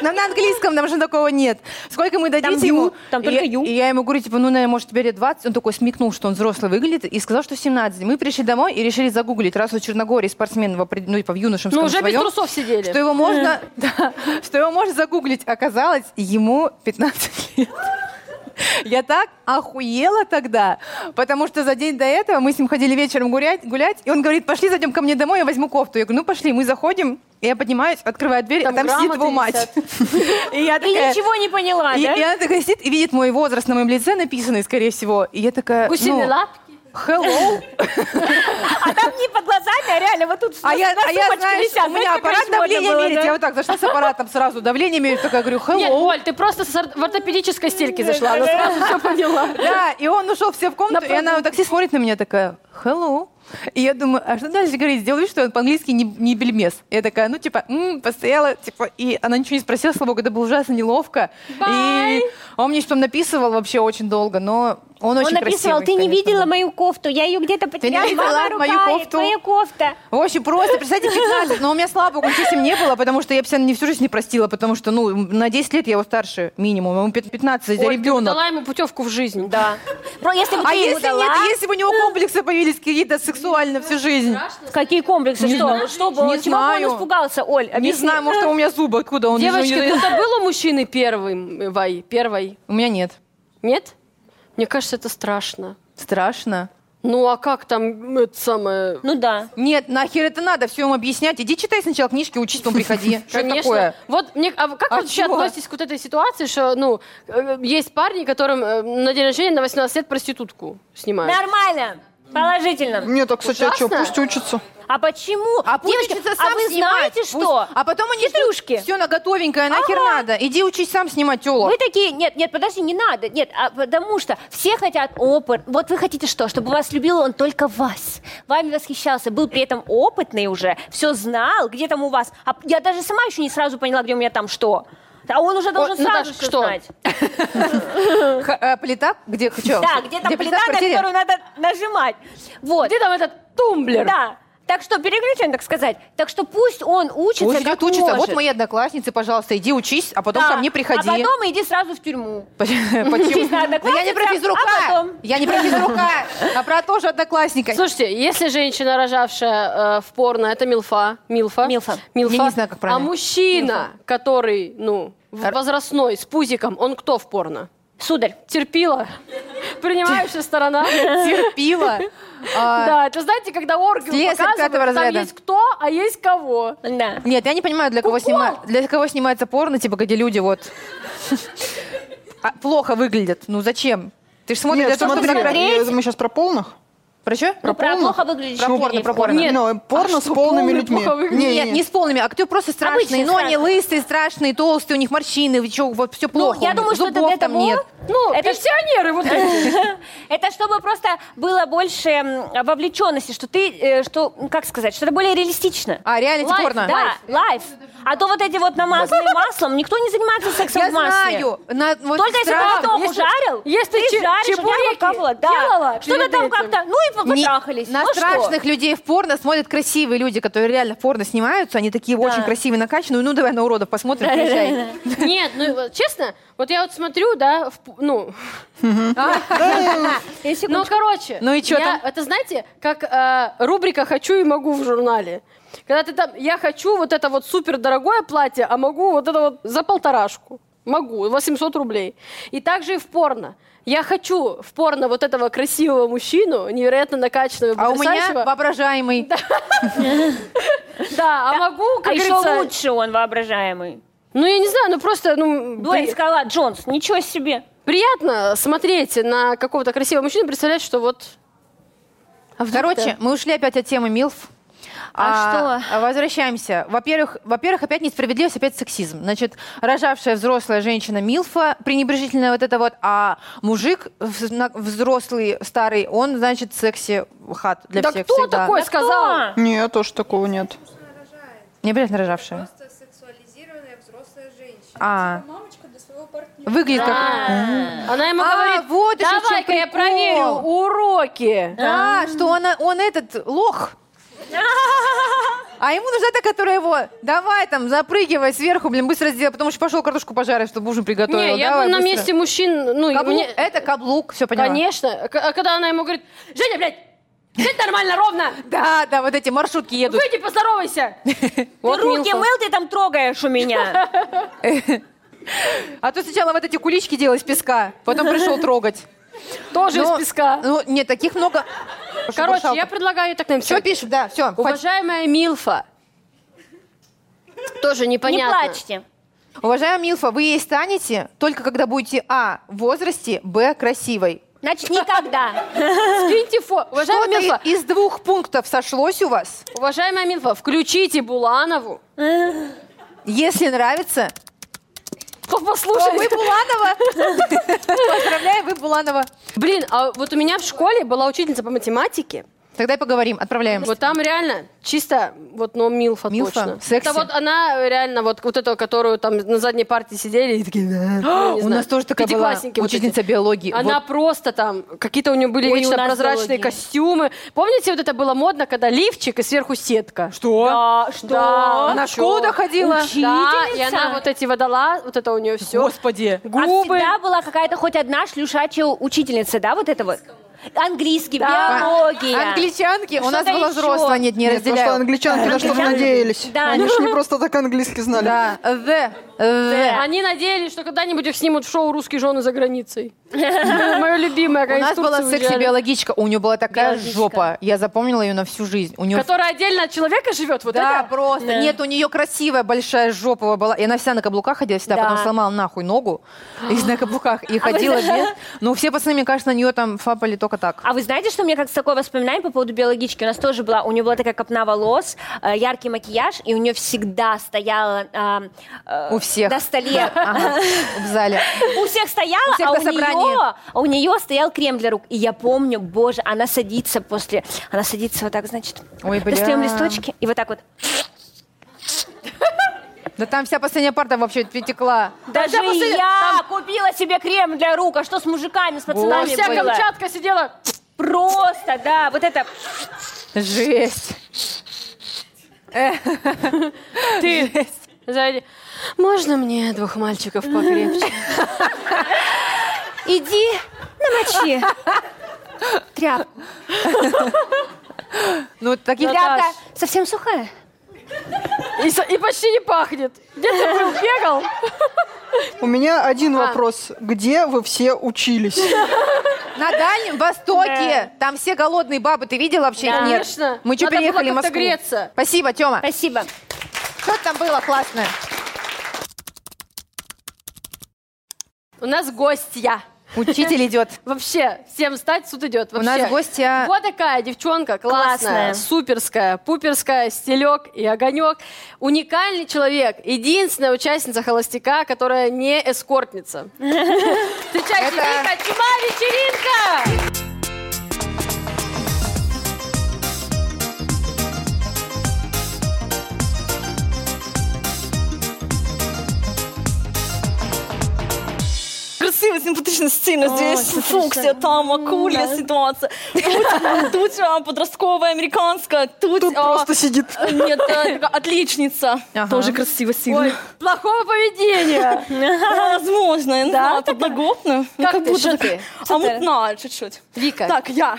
Speaker 2: Но на английском там же такого нет. Сколько мы дадите
Speaker 3: Там ю,
Speaker 2: ему?
Speaker 3: там
Speaker 2: И
Speaker 3: только
Speaker 2: я-
Speaker 3: ю.
Speaker 2: И я ему говорю, типа, ну, наверное, может, тебе лет 20. Он такой смекнул, что он взрослый выглядит, и сказал, что 17. Мы пришли домой и решили загуглить, раз у Черногории спортсмен в, опред- ну, типа, в юношемском
Speaker 1: ну, уже без
Speaker 2: своем,
Speaker 1: трусов сидели.
Speaker 2: что его можно, да, что его можно загуглить. Оказалось, ему 15 лет. Я так охуела тогда, потому что за день до этого мы с ним ходили вечером гулять, гулять и он говорит, пошли зайдем ко мне домой, я возьму кофту. Я говорю, ну пошли, мы заходим, и я поднимаюсь, открываю дверь,
Speaker 1: Там
Speaker 2: а там сидит
Speaker 1: грамоты
Speaker 2: его мать. И я
Speaker 3: И
Speaker 2: такая...
Speaker 3: ничего не поняла,
Speaker 2: И, и
Speaker 3: А, да?
Speaker 2: она такая сидит и видит мой возраст на моем лице написанный, скорее всего. И я такая,
Speaker 1: Гусиные
Speaker 2: ну,
Speaker 1: лапки.
Speaker 2: hello.
Speaker 3: А там не под глазами, а реально вот тут
Speaker 2: А я,
Speaker 3: на
Speaker 2: а я,
Speaker 3: сумочке
Speaker 2: знаешь,
Speaker 3: висят.
Speaker 2: у меня
Speaker 3: Знаешь, как
Speaker 2: аппарат
Speaker 3: раньше модно
Speaker 2: давление
Speaker 3: было,
Speaker 2: мерить.
Speaker 3: да?
Speaker 2: Я вот так зашла с аппаратом сразу, давление мерить, такая говорю,
Speaker 1: Нет,
Speaker 2: hello.
Speaker 1: Оль, ты просто с ор- в ортопедической стельке зашла, она сразу все поняла.
Speaker 2: Да, и он ушел все в комнату, и она вот такси смотрит на меня такая, hello. И я думаю, а что дальше говорить? Сделаю вид, что он по-английски не, не бельмес. Я такая, ну, типа, «М, постояла, типа, и она ничего не спросила, слава богу, это было ужасно неловко.
Speaker 1: Bye.
Speaker 2: И он мне что-то написал вообще очень долго, но он
Speaker 3: Он
Speaker 2: очень
Speaker 3: написал,
Speaker 2: красивый,
Speaker 3: ты не
Speaker 2: конечно,
Speaker 3: видела
Speaker 2: был.
Speaker 3: мою кофту, я ее где-то потеряла.
Speaker 2: видела
Speaker 3: Мама,
Speaker 2: мою
Speaker 3: рука, и
Speaker 2: кофту?»
Speaker 3: Твоя кофта.
Speaker 2: В общем, просто, представьте, 15, но у меня, слава богу, ничего с ним не было, потому что я бы себя не всю жизнь не простила, потому что, ну, на 10 лет я его старше минимум, а ему 15, за
Speaker 1: Оль, ты
Speaker 2: ребенок.
Speaker 1: дала ему путевку в жизнь.
Speaker 3: Да. Про, если бы ты
Speaker 2: А
Speaker 3: ему
Speaker 2: если
Speaker 3: дала,
Speaker 2: нет, если бы у него комплексы появились какие-то сексуальные всю жизнь?
Speaker 3: какие комплексы,
Speaker 2: Не
Speaker 3: что,
Speaker 2: знаю.
Speaker 3: что было,
Speaker 2: Не
Speaker 3: чего бы
Speaker 2: знаю.
Speaker 3: он испугался, Оль?
Speaker 2: Не
Speaker 3: объясни.
Speaker 2: знаю, может, у меня зубы откуда он
Speaker 1: Девочки,
Speaker 2: не-
Speaker 1: это было мужчины первым, Вай, первой?
Speaker 2: У меня нет.
Speaker 1: Нет? Мне кажется, это страшно.
Speaker 2: Страшно.
Speaker 1: Ну а как там м, это самое?
Speaker 3: Ну да.
Speaker 2: Нет, нахер это надо, все им объяснять. Иди читай сначала книжки, учись, потом приходи. Что это такое?
Speaker 1: Вот мне, а вы- как
Speaker 2: А
Speaker 1: вы вообще
Speaker 2: чего?
Speaker 1: относитесь к вот этой ситуации, что ну э, есть парни, которым э, на день рождения на 18 лет проститутку снимают?
Speaker 3: Нормально. Положительно.
Speaker 4: Нет, а, кстати, а что,
Speaker 1: Ужасно.
Speaker 4: пусть учатся.
Speaker 3: А почему?
Speaker 2: А пусть
Speaker 3: Девочки,
Speaker 2: учится
Speaker 3: а
Speaker 2: сам
Speaker 3: вы
Speaker 2: снимать.
Speaker 3: знаете что?
Speaker 2: А потом они
Speaker 3: Хитрюшки.
Speaker 2: Все на готовенькое, нахер надо. Иди учись сам снимать телок.
Speaker 3: Вы такие, нет, нет, подожди, не надо, нет, а потому что все хотят опыт. Вот вы хотите что? Чтобы вас любил он только вас, вами восхищался, был при этом опытный уже, все знал, где там у вас. А я даже сама еще не сразу поняла, где у меня там что. А он уже должен
Speaker 2: ну
Speaker 1: О, Наташ,
Speaker 3: сразу все
Speaker 1: что?
Speaker 3: знать.
Speaker 2: Х- э, Плита? Где? чё?
Speaker 3: Да, где там плита,
Speaker 2: в
Speaker 3: на
Speaker 2: квартире?
Speaker 3: которую надо нажимать. Вот.
Speaker 1: Где там этот тумблер?
Speaker 3: Да. Так что переключен, так сказать. Так что пусть он учится,
Speaker 2: Пусть
Speaker 3: как
Speaker 2: идет учиться.
Speaker 3: может.
Speaker 2: Вот мои одноклассницы, пожалуйста, иди учись, а потом
Speaker 3: Да.
Speaker 2: ко мне приходи.
Speaker 3: А потом иди сразу в тюрьму.
Speaker 2: Почему?
Speaker 3: Учись на
Speaker 2: Да Я не про
Speaker 3: одноклассницах,
Speaker 2: физрука.
Speaker 3: а потом.
Speaker 2: Я не про физрука, а про тоже одноклассника.
Speaker 1: Слушайте, если женщина, рожавшая э, в порно, это милфа, милфа,
Speaker 3: Милфа.
Speaker 2: Я не знаю, как правильно.
Speaker 1: А мужчина, который, ну, в-
Speaker 2: Р-
Speaker 1: возрастной, с пузиком, он кто в порно?
Speaker 3: Сударь,
Speaker 1: Терпила, принимающая сторона.
Speaker 2: Терпила. А,
Speaker 1: Да, это знаете, когда оргию
Speaker 2: Слесарь пятого
Speaker 1: показывают, там
Speaker 2: разряда.
Speaker 1: есть кто, а есть кого.
Speaker 3: да.
Speaker 2: Нет, я не понимаю, для кого, снима- для кого снимается порно, типа, где люди вот а, плохо выглядят. Ну зачем? Ты же смотришь
Speaker 4: Нет,
Speaker 2: для того, чтобы...
Speaker 4: смотри,
Speaker 2: награ-
Speaker 4: я- мы сейчас про полных?
Speaker 2: Про что?
Speaker 3: Ну, про
Speaker 4: порно?
Speaker 3: плохо выглядишь.
Speaker 2: Про порно, про порно.
Speaker 1: Нет.
Speaker 4: Ну, порно
Speaker 1: А
Speaker 4: с
Speaker 1: что,
Speaker 4: полными
Speaker 1: полный
Speaker 4: людьми.
Speaker 1: плохо выглядит?
Speaker 4: Не,
Speaker 2: Нет, не с полными, а кто просто страшный,
Speaker 3: Обычные
Speaker 2: но они
Speaker 3: страшные. Ну,
Speaker 2: лысые, страшные, толстые, у них морщины, чё, вот все плохо.
Speaker 3: я
Speaker 2: у них,
Speaker 3: думаю, что это
Speaker 2: зубов
Speaker 3: для
Speaker 2: там
Speaker 3: того-
Speaker 2: нет.
Speaker 1: Ну,
Speaker 3: Это ж-
Speaker 1: пенсионеры вот эти.
Speaker 3: Это чтобы просто было больше м, вовлеченности, что ты, э, что, м, как сказать, что это более реалистично.
Speaker 2: А, реалити
Speaker 3: Лайф,
Speaker 2: порно.
Speaker 3: Да, лайф. А то вот эти вот намазанные маслом, никто не занимается сексом
Speaker 2: Я
Speaker 3: в масле.
Speaker 2: знаю. На, вот
Speaker 3: Только если
Speaker 2: страшно.
Speaker 3: ты картоху
Speaker 1: Если-
Speaker 3: жарил,
Speaker 1: если
Speaker 3: ты
Speaker 1: че-
Speaker 3: жаришь, а у
Speaker 1: чебуреки
Speaker 3: тебя капало, да.
Speaker 1: делала
Speaker 3: Что-то
Speaker 1: перед
Speaker 3: там
Speaker 1: этим.
Speaker 3: как-то, ну и
Speaker 2: Не-
Speaker 3: потрахались.
Speaker 2: на
Speaker 3: ну что?
Speaker 2: страшных людей в порно смотрят красивые люди, которые реально в порно снимаются, они такие очень красивые, накачанные. Ну давай на уродов посмотрим, включай.
Speaker 1: Нет, ну вот честно, вот я вот смотрю, да, в пу- ну,
Speaker 3: Я секунду.
Speaker 1: Ну, короче.
Speaker 2: Ну и чё
Speaker 1: я-
Speaker 2: там?
Speaker 1: Это, знаете, как э, рубрика «Хочу и могу» в журнале. Когда ты там, я хочу вот это вот супер дорогое платье, а могу вот это вот за полторашку. Могу, 800 рублей. И также и в порно. Я хочу в порно вот этого красивого мужчину, невероятно накачанного, и
Speaker 2: А у меня
Speaker 1: потрясающего.
Speaker 2: воображаемый.
Speaker 1: Да, а могу, как
Speaker 3: а еще
Speaker 1: говорится,
Speaker 3: лучше он воображаемый.
Speaker 1: Ну, я не знаю, ну просто, ну,
Speaker 3: Дуэль
Speaker 1: при-
Speaker 3: скала Джонс, ничего себе.
Speaker 1: приятно смотреть на какого-то красивого мужчину, представлять, что вот... А вдруг-то?
Speaker 2: Короче, мы ушли опять от темы Милф.
Speaker 3: А что?
Speaker 2: Возвращаемся. Во-первых, во-первых, опять несправедливость, опять сексизм. Значит, рожавшая взрослая женщина Милфа, пренебрежительная вот это вот, а мужик вз- на- взрослый, старый, он, значит, секси хат для
Speaker 1: Да
Speaker 2: всех
Speaker 1: кто
Speaker 2: всегда.
Speaker 1: такой сказал?
Speaker 3: Кто?
Speaker 4: Нет, тоже такого нет.
Speaker 2: Необязательно рожавшая.
Speaker 7: Просто сексуализированная взрослая женщина.
Speaker 2: А.
Speaker 7: Типа мамочка для своего партнера.
Speaker 2: Выглядит как...
Speaker 3: А.
Speaker 1: Она ему
Speaker 2: А,
Speaker 1: говорит,
Speaker 2: вот еще в чем
Speaker 1: давай-ка я
Speaker 2: прикол».
Speaker 1: проверю уроки.
Speaker 2: Да, что он, он этот лох. А ему нужна та, которая его, давай там, запрыгивай сверху, блин, быстро сделай, потому что пошел картошку пожарить, чтобы ужин приготовил.
Speaker 1: Не, я
Speaker 2: давай
Speaker 1: бы на
Speaker 2: быстро.
Speaker 1: месте мужчин, ну,
Speaker 2: Каблук,
Speaker 1: мне-
Speaker 2: это каблук, все поняла.
Speaker 1: конечно. К- а когда она ему говорит, Женя, блядь, сядь нормально, ровно,
Speaker 2: Да, да, вот эти маршрутки едут.
Speaker 1: выйди, поздоровайся.
Speaker 3: Ты руки
Speaker 1: Милфа.
Speaker 3: мыл, ты там трогаешь у меня.
Speaker 2: А то сначала вот эти кулички делал из песка, потом пришел трогать.
Speaker 1: Тоже
Speaker 2: Но-
Speaker 1: из песка.
Speaker 2: Ну, нет, таких много.
Speaker 1: Короче, я предлагаю так
Speaker 2: Все
Speaker 1: написать.
Speaker 2: пишут, да, все.
Speaker 1: Уважаемая Милфа. Тоже
Speaker 3: Не
Speaker 1: непонятно.
Speaker 3: плачьте.
Speaker 2: Уважаемая Милфа, вы ей станете только когда будете, а, в возрасте, б, красивой.
Speaker 3: Значит, никогда.
Speaker 1: Скиньте фо. Уважаемая
Speaker 2: Что-то
Speaker 1: Милфа,
Speaker 2: и- из двух пунктов сошлось у вас.
Speaker 1: уважаемая Милфа, включите Буланову.
Speaker 2: Если нравится, то
Speaker 1: Послушайте.
Speaker 2: вы Буланова. Поздравляю, вы Буланова.
Speaker 1: Блин, а вот у меня в школе была учительница по математике,
Speaker 2: Тогда и поговорим, отправляем.
Speaker 1: Вот там реально чисто, вот, но Милфа,
Speaker 2: Милфа?
Speaker 1: точно.
Speaker 2: Секси?
Speaker 1: Это вот она реально вот, вот эту, которую там на задней партии сидели и такие... «Да, ну, не
Speaker 2: У
Speaker 1: знаю».
Speaker 2: нас тоже такая была
Speaker 1: Пятиклассники вот эти.
Speaker 2: учительница биологии.
Speaker 1: Она просто там, какие-то у нее были
Speaker 3: Ой,
Speaker 1: вечно
Speaker 3: у нас
Speaker 1: прозрачные
Speaker 3: биология.
Speaker 1: костюмы. Помните, вот это было модно, когда лифчик и сверху сетка?
Speaker 5: Что?
Speaker 1: А, Да, что? Да,
Speaker 5: Она в школу доходила?
Speaker 1: Да, и
Speaker 3: Учительница?
Speaker 1: она вот эти водола, вот это у нее все.
Speaker 5: Господи.
Speaker 1: Губы.
Speaker 3: А всегда была какая-то хоть одна шлюшачья учительница, да, вот это вот? Английский,
Speaker 2: А,
Speaker 3: биология.
Speaker 2: Англичанки. У нас
Speaker 3: Что-то
Speaker 2: была
Speaker 3: еще.
Speaker 2: взрослая, нет, не
Speaker 4: Нет, потому что
Speaker 2: разделяю.
Speaker 4: англичанки на что вы
Speaker 3: Англичанки?
Speaker 4: надеялись.
Speaker 3: Да.
Speaker 4: Они же не просто так английский знали.
Speaker 2: Да, the, the.
Speaker 1: Они надеялись, что когда-нибудь их снимут в шоу «Русские жены за границей». Мое любимое,
Speaker 2: У
Speaker 1: когда из
Speaker 2: нас была
Speaker 1: Турции уезжали.
Speaker 2: секси-биологичка, у нее была такая
Speaker 3: Биологичка.
Speaker 2: жопа. Я запомнила ее на всю жизнь. У нее
Speaker 1: Которая отдельно от человека живет, вот
Speaker 2: да,
Speaker 1: это?
Speaker 2: просто. Нет, у нее красивая большая жопа была. И она вся на каблуках ходила всегда,
Speaker 3: Да.
Speaker 2: потом сломала нахуй ногу и на каблуках. И ходила без... Ну, все пацаны, мне кажется, на нее там фапали только так.
Speaker 3: А вы знаете, что у меня как такое воспоминание по поводу биологички? У нас тоже была, у нее была такая копна волос, э, яркий макияж, и у нее всегда стояла э, э,
Speaker 2: У всех.
Speaker 3: на столе.
Speaker 2: Ага, в зале.
Speaker 3: У всех стояла,
Speaker 2: всех
Speaker 3: а,
Speaker 2: на
Speaker 3: у
Speaker 2: собрании.
Speaker 3: нее, а у нее стоял крем для рук. И я помню, боже, она садится после, она садится вот так, значит,
Speaker 2: Ой, бля.
Speaker 3: достаем листочки, и вот так вот.
Speaker 2: Да там вся последняя парта вообще перетекла.
Speaker 3: Даже
Speaker 1: вся последняя-
Speaker 3: я А, купила себе крем для рук, а что с мужиками, с пацанами
Speaker 1: вся
Speaker 3: было?
Speaker 1: Камчатка сидела.
Speaker 3: Просто, да, вот это...
Speaker 2: Жесть.
Speaker 1: Ты. Сзади. Можно мне двух мальчиков покрепче?
Speaker 3: Иди намочи тряпку.
Speaker 2: Ну, таких...
Speaker 1: Наташ.
Speaker 3: Тряпка совсем сухая.
Speaker 1: И, со- и почти не пахнет. Где ты был, бегал?
Speaker 4: У меня один
Speaker 1: А.
Speaker 4: вопрос. Где вы все учились?
Speaker 2: На Дальнем Востоке. Там все голодные бабы. Ты видела вообще?
Speaker 3: Да.
Speaker 2: их Нет.
Speaker 1: Конечно.
Speaker 2: Мы что,
Speaker 1: Надо было
Speaker 2: переехали
Speaker 1: как-то
Speaker 2: в Москву?
Speaker 1: греться.
Speaker 2: Спасибо, Тёма.
Speaker 3: Спасибо.
Speaker 2: Что там было классное?
Speaker 1: У нас гостья.
Speaker 2: Учитель идет.
Speaker 1: Вообще, всем встать, суд идет.
Speaker 2: У нас гостья...
Speaker 1: Вот такая девчонка, классная,
Speaker 3: Классная.
Speaker 1: суперская, пуперская, стелек и огонек. Уникальный человек, единственная участница холостяка, которая не эскортница. Встречайте,
Speaker 2: Это-
Speaker 1: Вика, чума вечеринка!
Speaker 8: красиво, симпатично, стильно здесь,
Speaker 3: симпатично.
Speaker 8: фуксия, там акулья ситуация. Тут, тут, а, подростковая американская, тут,
Speaker 4: Тут
Speaker 8: а,
Speaker 4: просто сидит.
Speaker 8: нет, а, такая отличница,
Speaker 2: Ага.
Speaker 8: тоже красиво, сильно.
Speaker 1: Ой, плохого поведения.
Speaker 8: Возможно, я не знаю, подноготную. Ну,
Speaker 1: Как ты, что
Speaker 8: так-
Speaker 1: ты?
Speaker 8: А мутная чуть-чуть.
Speaker 1: Вика,
Speaker 8: Так, я.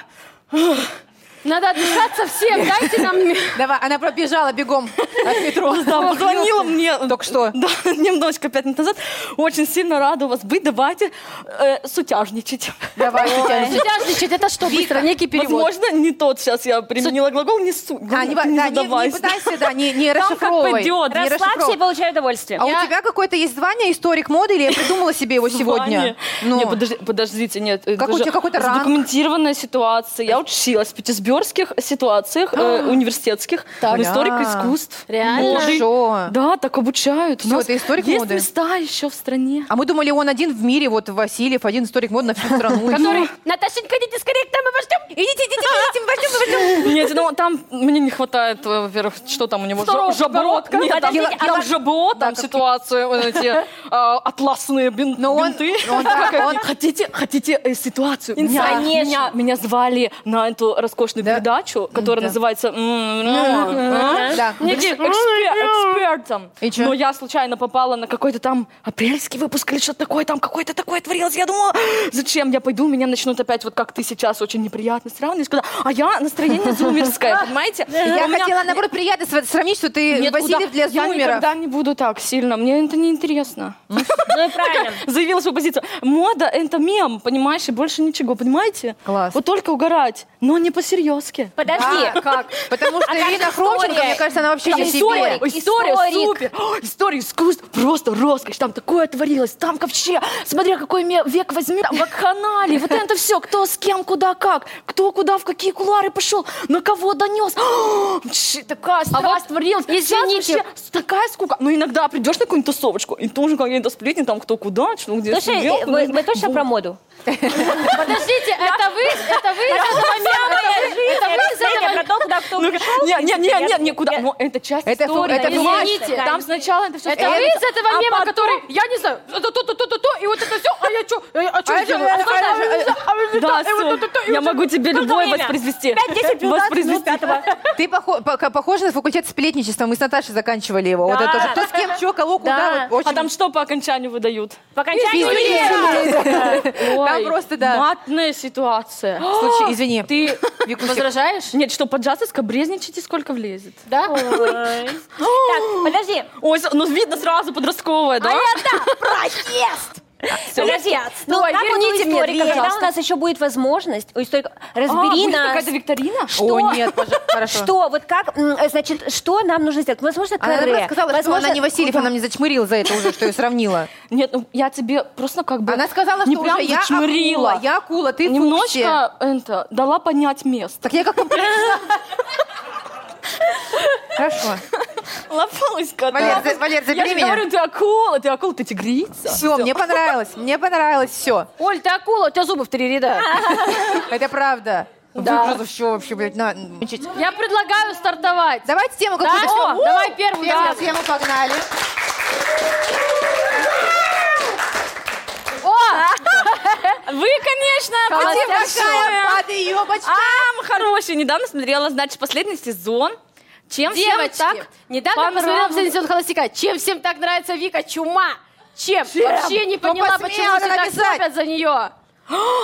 Speaker 1: надо отдышаться всем, дайте нам...
Speaker 2: Давай, она пробежала бегом от метро.
Speaker 8: Да, позвонила мне.
Speaker 2: Только что.
Speaker 8: Да, немножко пять минут назад. Очень сильно рада у вас быть. Давайте э, сутяжничать.
Speaker 2: Давай, Татьяна.
Speaker 1: Сидяжничать, это что, быстро, некий перевод.
Speaker 8: Возможно, не тот сейчас я применила глагол, не суть.
Speaker 2: А, не,
Speaker 8: Ну, не
Speaker 2: да, не- не
Speaker 8: задавайся.
Speaker 2: пытайся, да, не, не
Speaker 8: Там как
Speaker 2: расшифровывай.
Speaker 8: пойдет.
Speaker 2: Не
Speaker 3: Расслабься и
Speaker 2: расшифровывай.
Speaker 3: получай удовольствие.
Speaker 2: А у тебя какое-то есть звание историк моды, или я придумала себе его сегодня?
Speaker 8: Ваня.
Speaker 2: Ну,
Speaker 8: Не, подожди- подождите, нет. это
Speaker 2: Как у
Speaker 8: же
Speaker 2: тебя какой-то ранг?
Speaker 8: Задокументированная ситуация. Я училась в петербургских ситуациях, э, университетских,
Speaker 2: Так. А,
Speaker 8: в историк
Speaker 2: Да.
Speaker 8: искусств.
Speaker 1: Реально?
Speaker 8: моды.
Speaker 2: Хорошо.
Speaker 8: Да, так обучают. У
Speaker 2: Всё,
Speaker 8: нас
Speaker 2: ты историк
Speaker 8: есть
Speaker 2: моды?
Speaker 8: места еще в стране.
Speaker 2: А мы думали, он один в мире, вот Васильев, один историк мод на всю страну.
Speaker 3: Ну,
Speaker 1: Который, Наташенька, идите скорее к нам и пождем. Идите, идите, идите, пождем, пождем.
Speaker 8: Нет, ну, там мне не хватает, э, во-первых, что там у него?
Speaker 1: Второго
Speaker 8: Жа- Жаброт.
Speaker 1: подбородка.
Speaker 8: Нет, там,
Speaker 3: Подождите, а
Speaker 8: там
Speaker 3: вот-
Speaker 8: жаброт, там ситуация, вот эти э, атласные бин-
Speaker 2: Но он-
Speaker 8: бинты.
Speaker 2: он- да,
Speaker 8: Как-
Speaker 2: он-
Speaker 8: Хотите, хотите э, ситуацию? Меня,
Speaker 3: Конечно.
Speaker 8: меня, меня звали на эту роскошную
Speaker 2: Да.
Speaker 8: передачу, которая
Speaker 2: Да.
Speaker 8: называется... м,
Speaker 2: Да.
Speaker 8: Некий экспер- экспертом.
Speaker 2: ну, И чё?
Speaker 8: Но я случайно попала на какой-то там апрельский выпуск или что-то такое, там какое-то такое творилось. Я думала, «А, зачем я пойду, меня начнут опять вот как ты сейчас очень неприятно сравнивать. Когда... А я настроение зумерское, понимаете?
Speaker 2: Я
Speaker 8: У меня-
Speaker 2: хотела, наоборот, приятно сва- сравнить, что ты
Speaker 8: Нет,
Speaker 2: Васильев
Speaker 8: куда?
Speaker 2: для
Speaker 8: Я
Speaker 2: зумеров.
Speaker 8: никогда не буду так сильно, мне это неинтересно.
Speaker 3: Ну и правильно.
Speaker 8: Заявила свою позицию. Мода — это мем, понимаешь, и больше ничего, понимаете?
Speaker 2: Класс.
Speaker 8: Вот только угорать, но не по-серьезки.
Speaker 3: Подожди.
Speaker 2: А, как? Потому что
Speaker 3: А как
Speaker 2: Ирина
Speaker 3: история?
Speaker 2: Хромченко, мне кажется, она вообще
Speaker 3: Как
Speaker 2: не
Speaker 3: история?
Speaker 2: себе.
Speaker 8: Ой, История
Speaker 3: Историк.
Speaker 8: супер! О, История искусств просто роскошь. Там такое творилось, там вообще, смотря какой ме- век возьми, там вакханалии, вот это все, кто с кем, куда, как, кто куда, в какие кулары пошел, на кого донес. О, чш, Такая страсть творилась. Сейчас
Speaker 1: А извините.
Speaker 8: вообще такая скука. Но иногда придешь на какую-нибудь тусовочку, и тоже какие-то сплетни, там кто куда, что где
Speaker 3: Слушай,
Speaker 8: сидел,
Speaker 3: э, вы,
Speaker 8: куда-
Speaker 3: вы точно про моду?
Speaker 1: Подождите, это вы, это вы,
Speaker 3: Ну,
Speaker 1: это вы из этого
Speaker 3: про то, куда кто
Speaker 8: Ну, Не, не, не, не, не, куда? Ну, это часть
Speaker 2: Это фу-
Speaker 8: истории.
Speaker 2: это
Speaker 8: понимаешь?
Speaker 1: фу-
Speaker 8: Там сначала это все...
Speaker 1: Это А вы из этого мема, который, я не знаю, это то, то, то, то, то, и вот это все, а я что, а что
Speaker 2: А я чё,
Speaker 1: делаю?
Speaker 2: а я чё,
Speaker 1: Обсуждаю.
Speaker 2: а я чё,
Speaker 8: Да, всё. я могу тебе любое
Speaker 3: время?
Speaker 8: воспроизвести.
Speaker 3: 5-10 минут
Speaker 8: Воспроизвести.
Speaker 2: Ты похо- пока- похожа на факультет сплетничества. Мы с Наташей заканчивали его. Вот
Speaker 3: Да.
Speaker 2: это тоже. Кто с кем, что, кого, куда.
Speaker 3: Да.
Speaker 2: вот
Speaker 8: А
Speaker 2: Очень
Speaker 8: там что по окончанию выдают?
Speaker 3: По окончанию
Speaker 8: Ой,
Speaker 2: просто, да.
Speaker 8: Матная ситуация.
Speaker 2: случай. Извини.
Speaker 8: Ты
Speaker 1: Возражаешь?
Speaker 8: Нет, что, поджасовска брезничихи сколько влезет?
Speaker 1: Да?
Speaker 3: Так, подожди. А
Speaker 8: Ой, с- ну видно сразу подростковая, да? А,
Speaker 3: Проезд! Подожди, А, ну
Speaker 1: Стой,
Speaker 3: как вот у
Speaker 1: верните мне
Speaker 3: историка,
Speaker 1: дверь,
Speaker 3: когда у
Speaker 1: пожалуйста.
Speaker 3: нас еще будет возможность, у историка,
Speaker 8: А,
Speaker 3: разбери
Speaker 8: будет
Speaker 3: нас,
Speaker 8: какая-то викторина?
Speaker 3: что,
Speaker 2: О, нет, пожа- хорошо.
Speaker 3: что, вот как, м, э, значит, что нам нужно сделать? Возможно,
Speaker 2: Она
Speaker 3: каре.
Speaker 2: наоборот сказала, что
Speaker 3: возможно,
Speaker 2: она не Васильев, она мне зачмырила за это уже, что ее сравнила.
Speaker 8: Нет, ну я тебе просто как бы...
Speaker 2: Она сказала,
Speaker 8: не
Speaker 2: что
Speaker 8: прям
Speaker 2: уже я
Speaker 8: зачмырила.
Speaker 2: акула, я акула, ты фуксия.
Speaker 8: Немножко это, дала понять место.
Speaker 2: Так я как комплексна. Хорошо.
Speaker 8: Лопалась
Speaker 2: Валер,
Speaker 8: кота.
Speaker 2: за- Валер,
Speaker 8: Я
Speaker 2: забери
Speaker 8: же
Speaker 2: меня.
Speaker 8: говорю, ты акула, ты акула, ты тигрица.
Speaker 2: Все, мне понравилось, мне понравилось все.
Speaker 1: Оль, ты акула, у тебя зубы в три ряда.
Speaker 2: Это правда.
Speaker 1: Да.
Speaker 2: Выгрузов всё вообще, блядь, на- мучить.
Speaker 1: Я предлагаю стартовать.
Speaker 2: Давайте тему
Speaker 1: Да?
Speaker 2: какую-то.
Speaker 1: О, давай первую,
Speaker 2: Первую
Speaker 1: да.
Speaker 2: тему погнали.
Speaker 8: Вы, конечно,
Speaker 2: Какая
Speaker 8: потерпевшая.
Speaker 2: подъебочка!
Speaker 8: Ам, хороший. Недавно смотрела, значит, последний сезон. Чем всем
Speaker 1: Девочки,
Speaker 8: так
Speaker 1: недавно
Speaker 8: понравилось?
Speaker 1: посмотрела последний сезон «Холостяка». Чем всем так нравится Вика? Чума! Чем? Ну, Вообще не
Speaker 2: Кто
Speaker 1: поняла,
Speaker 2: посмел
Speaker 1: почему все
Speaker 2: это
Speaker 1: так
Speaker 2: написать?
Speaker 1: топят за нее.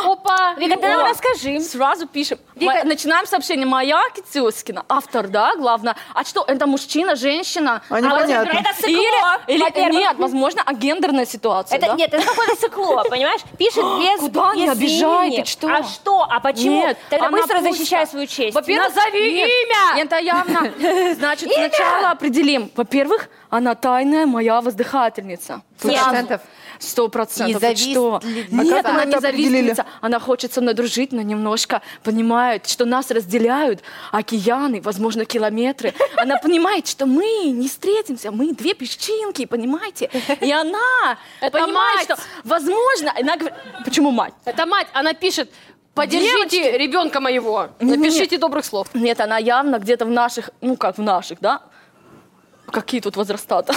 Speaker 1: Опа!
Speaker 3: Вика, ты нам
Speaker 1: О.
Speaker 3: расскажи.
Speaker 8: Сразу пишем.
Speaker 1: Вика-
Speaker 8: Мо- Начинаем сообщение. Моя Китюскина. Автор, да, главное. А что, это мужчина, женщина?
Speaker 4: А, непонятно.
Speaker 8: вот
Speaker 3: Это сыкло,
Speaker 8: Или, или-
Speaker 3: во-первых.
Speaker 8: нет, возможно, а гендерная ситуация,
Speaker 3: Это,
Speaker 8: да?
Speaker 3: Нет, это какое-то сыкло, понимаешь? Пишет без
Speaker 8: Куда не
Speaker 3: без
Speaker 8: обижай, ты
Speaker 3: имени.
Speaker 8: что?
Speaker 3: А что? А почему?
Speaker 8: Нет,
Speaker 3: Тогда
Speaker 8: она
Speaker 3: быстро
Speaker 8: пусто.
Speaker 3: защищай свою честь.
Speaker 8: Во-первых,
Speaker 1: Назови
Speaker 8: нет,
Speaker 1: имя!
Speaker 8: Это явно. Значит, сначала определим. Во-первых, она тайная моя воздыхательница.
Speaker 2: Сто
Speaker 8: Сразу.
Speaker 2: процентов.
Speaker 8: Сто процентов. Вы
Speaker 2: Независтлив-
Speaker 8: что?
Speaker 2: А
Speaker 8: Нет,
Speaker 4: как вы
Speaker 8: она
Speaker 4: это
Speaker 8: не
Speaker 4: определили?
Speaker 8: завистлица. Она хочет со мной дружить, но немножко понимает, что нас разделяют океаны, возможно, километры. Она понимает, что мы не встретимся, мы две песчинки, понимаете? И она
Speaker 1: Это
Speaker 8: понимает,
Speaker 1: мать.
Speaker 8: что, возможно, она говорит, почему мать?
Speaker 1: Это мать, она пишет, поддержите ребенка моего,
Speaker 8: Не-не-не.
Speaker 1: напишите добрых слов.
Speaker 8: Нет, она явно где-то в наших, ну как в наших, да? Какие тут возраста-то?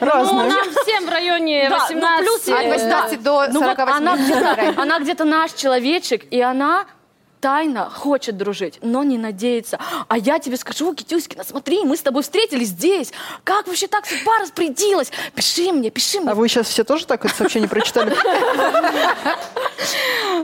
Speaker 1: Ну,
Speaker 4: Разное.
Speaker 1: нам всем в районе
Speaker 8: Да, ну,
Speaker 1: 18.
Speaker 8: плюс,
Speaker 2: От
Speaker 8: э,
Speaker 2: 18 до
Speaker 8: Ну вот
Speaker 2: 48.
Speaker 8: она
Speaker 2: Вторая.
Speaker 8: где-то, она где-то наш человечек, и она тайно хочет дружить, но не надеется. А я тебе скажу, Китюськина, смотри, мы с тобой встретились здесь. Как вообще так судьба распорядилась? Пиши мне, пиши мне.
Speaker 4: А вы сейчас все тоже так это сообщение прочитали?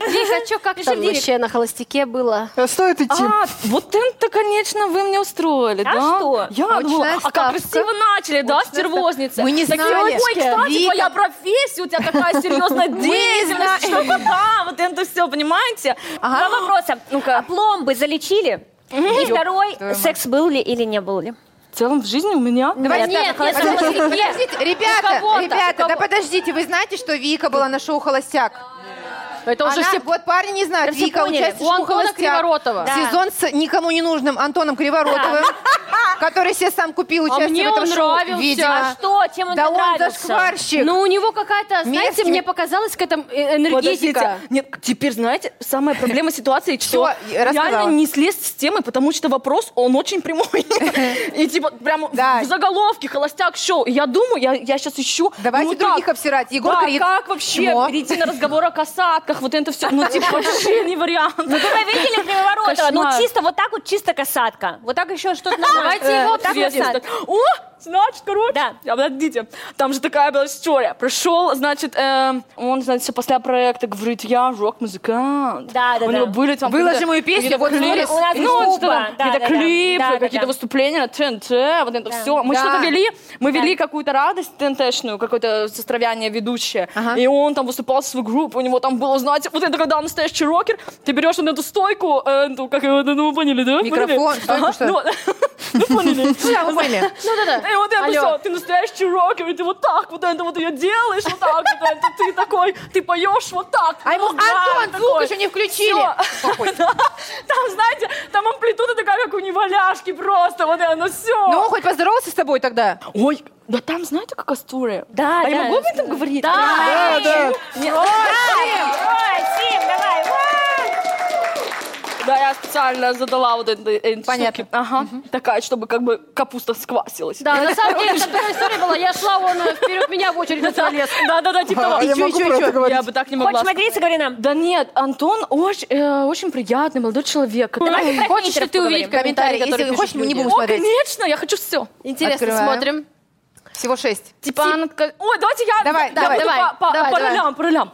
Speaker 1: Вика, а чё, как там вообще на холостяке было?
Speaker 4: А Стоит идти.
Speaker 8: А, вот это, конечно, вы мне устроили,
Speaker 3: А
Speaker 8: да?
Speaker 3: что?
Speaker 8: Я
Speaker 2: Очная
Speaker 8: думала, а
Speaker 2: ставка.
Speaker 8: как красиво начали, да, стервозница?
Speaker 2: Мы не
Speaker 8: Такие,
Speaker 2: знали.
Speaker 8: Ой, кстати,
Speaker 2: Вика.
Speaker 8: твоя профессия, у тебя такая серьезная
Speaker 3: ну
Speaker 8: деятельность, что да, вот это все, понимаете?
Speaker 3: Два вопроса. А пломбы залечили? И второй,
Speaker 2: Твою мать.
Speaker 3: секс был ли или не был ли?
Speaker 8: В целом в жизни у меня...
Speaker 3: Ну,
Speaker 2: Давайте
Speaker 1: Нет,
Speaker 2: так,
Speaker 1: нет,
Speaker 2: подождите,
Speaker 1: нет, нет.
Speaker 2: подождите, ребята,
Speaker 1: кого-то,
Speaker 2: ребята,
Speaker 1: у
Speaker 2: да
Speaker 1: кого-
Speaker 2: подождите, вы знаете, что Вика была на шоу «Холостяк»?
Speaker 1: Это уже
Speaker 2: Она-
Speaker 1: все...
Speaker 2: Вот парни не знают,
Speaker 1: все
Speaker 2: Вика
Speaker 1: поняли. У
Speaker 2: участие в шоу
Speaker 1: Антона
Speaker 2: «Холостяк».
Speaker 1: Криворотова.
Speaker 2: Да. Сезон с никому не нужным Антоном Криворотовым, который себе сам купил участие
Speaker 1: А мне
Speaker 2: в этом
Speaker 1: он
Speaker 2: шоу.
Speaker 1: нравился.
Speaker 2: Видимо.
Speaker 1: А
Speaker 3: Что? Чем он
Speaker 2: Да он
Speaker 3: понравился?
Speaker 2: зашкварщик.
Speaker 1: Но Ну, у него какая-то, знаете,
Speaker 2: Мерзкий.
Speaker 1: мне показалась какая-то э, энергетика.
Speaker 8: Подождите. Нет, теперь, знаете, самая проблема ситуации, что
Speaker 2: Всё, я рассказала.
Speaker 8: реально не слезть с темы, потому что вопрос, он очень прямой. И типа прямо
Speaker 2: Да.
Speaker 8: в заголовке «Холостяк шоу». Я думаю, я, я сейчас ищу.
Speaker 2: Давайте
Speaker 8: ну,
Speaker 2: других
Speaker 8: как-
Speaker 2: обсирать. Егор
Speaker 8: да,
Speaker 2: говорит,
Speaker 8: как вообще
Speaker 2: чмо.
Speaker 8: перейти на разговор о касатках? Вот это все, ну типа вообще не вариант.
Speaker 3: Ну, вы видели Криворотова? Ну,
Speaker 8: Кошмар.
Speaker 3: чисто вот так вот, чисто касатка. Вот так еще что-то надо.
Speaker 8: Давайте его
Speaker 3: Вот так вот
Speaker 8: обсудим.
Speaker 3: касатка.
Speaker 8: Э, О, значит, короче. а,
Speaker 3: Да.
Speaker 8: Подождите. Там же такая была история. Пришел, значит, эм, он, значит, после проекта говорит, я рок-музыкант.
Speaker 3: Да, да,
Speaker 8: У
Speaker 3: да.
Speaker 8: него были там...
Speaker 5: Выложи
Speaker 8: какие-то-
Speaker 5: мою песню,
Speaker 8: какие-то
Speaker 5: вот
Speaker 8: клипы.
Speaker 3: у нас
Speaker 8: Ну,
Speaker 3: группа.
Speaker 8: что там,
Speaker 3: Да, да,
Speaker 8: Какие-то
Speaker 3: да. Да, да,
Speaker 8: клипы,
Speaker 3: да.
Speaker 8: какие-то выступления на ТНТ, вот это все. Мы
Speaker 2: Да.
Speaker 8: что-то вели, мы вели какую-то радость ТНТшную, какое-то состровяние ведущее.
Speaker 2: Ага.
Speaker 8: И он там выступал в свою группу, у него там было, знаете, вот это когда настоящий рокер, ты берешь вот эту стойку, э, ну, как его, ну, вы поняли, да?
Speaker 2: Микрофон,
Speaker 8: Поняли?
Speaker 2: стойку, что ли?
Speaker 8: ну, ну, поняли.
Speaker 2: Да, а вы поняли.
Speaker 1: Ну да, да.
Speaker 8: И вот это
Speaker 1: Алло.
Speaker 8: все, ты настоящий рокер, и ты вот так вот это вот ее делаешь, вот так вот это, ты такой, ты поешь вот так. ну,
Speaker 2: А ему Антон звук еще не включили.
Speaker 8: включили. Там, знаете, там амплитуда такая, как у неваляшки просто, вот оно все.
Speaker 2: Ну, он хоть поздоровался с тобой тогда?
Speaker 8: Ой, да там, знаете, как история?
Speaker 3: Да,
Speaker 8: А я
Speaker 3: да.
Speaker 8: могу об этом говорить?
Speaker 4: Да, да.
Speaker 3: Ой, Сим, давай.
Speaker 8: Да, я специально задала вот это эти
Speaker 2: Понятно.
Speaker 8: штуки. Ага. Такая, чтобы как бы капуста сквасилась.
Speaker 1: Да, на самом деле, это такая история была. Я шла, он э, вперед меня в очередь залез.
Speaker 8: Да, да, да, типа того.
Speaker 4: А я могу про это
Speaker 8: Я
Speaker 4: говорить? Э,
Speaker 8: бы так не
Speaker 3: Хочешь
Speaker 8: могла.
Speaker 3: смотреться, говори нам.
Speaker 8: Да нет, Антон очень, э, очень приятный молодой человек.
Speaker 3: Давайте про
Speaker 1: Хочешь
Speaker 3: хейтеров
Speaker 1: ли ты увидеть
Speaker 3: поговорим?
Speaker 1: комментарии, которые
Speaker 2: Если
Speaker 1: пишут
Speaker 2: хочешь, мы не
Speaker 1: люди?
Speaker 2: будем
Speaker 8: О,
Speaker 2: смотреть.
Speaker 8: конечно, я хочу все.
Speaker 1: Интересно,
Speaker 2: Открываем.
Speaker 1: смотрим.
Speaker 2: Всего шесть.
Speaker 8: Типа она такая, ой, давайте я,
Speaker 2: Давай,
Speaker 8: я
Speaker 2: давай,
Speaker 8: буду
Speaker 1: давай,
Speaker 8: по, по-
Speaker 1: давай,
Speaker 8: по
Speaker 1: давай.
Speaker 8: ролям, по ролям.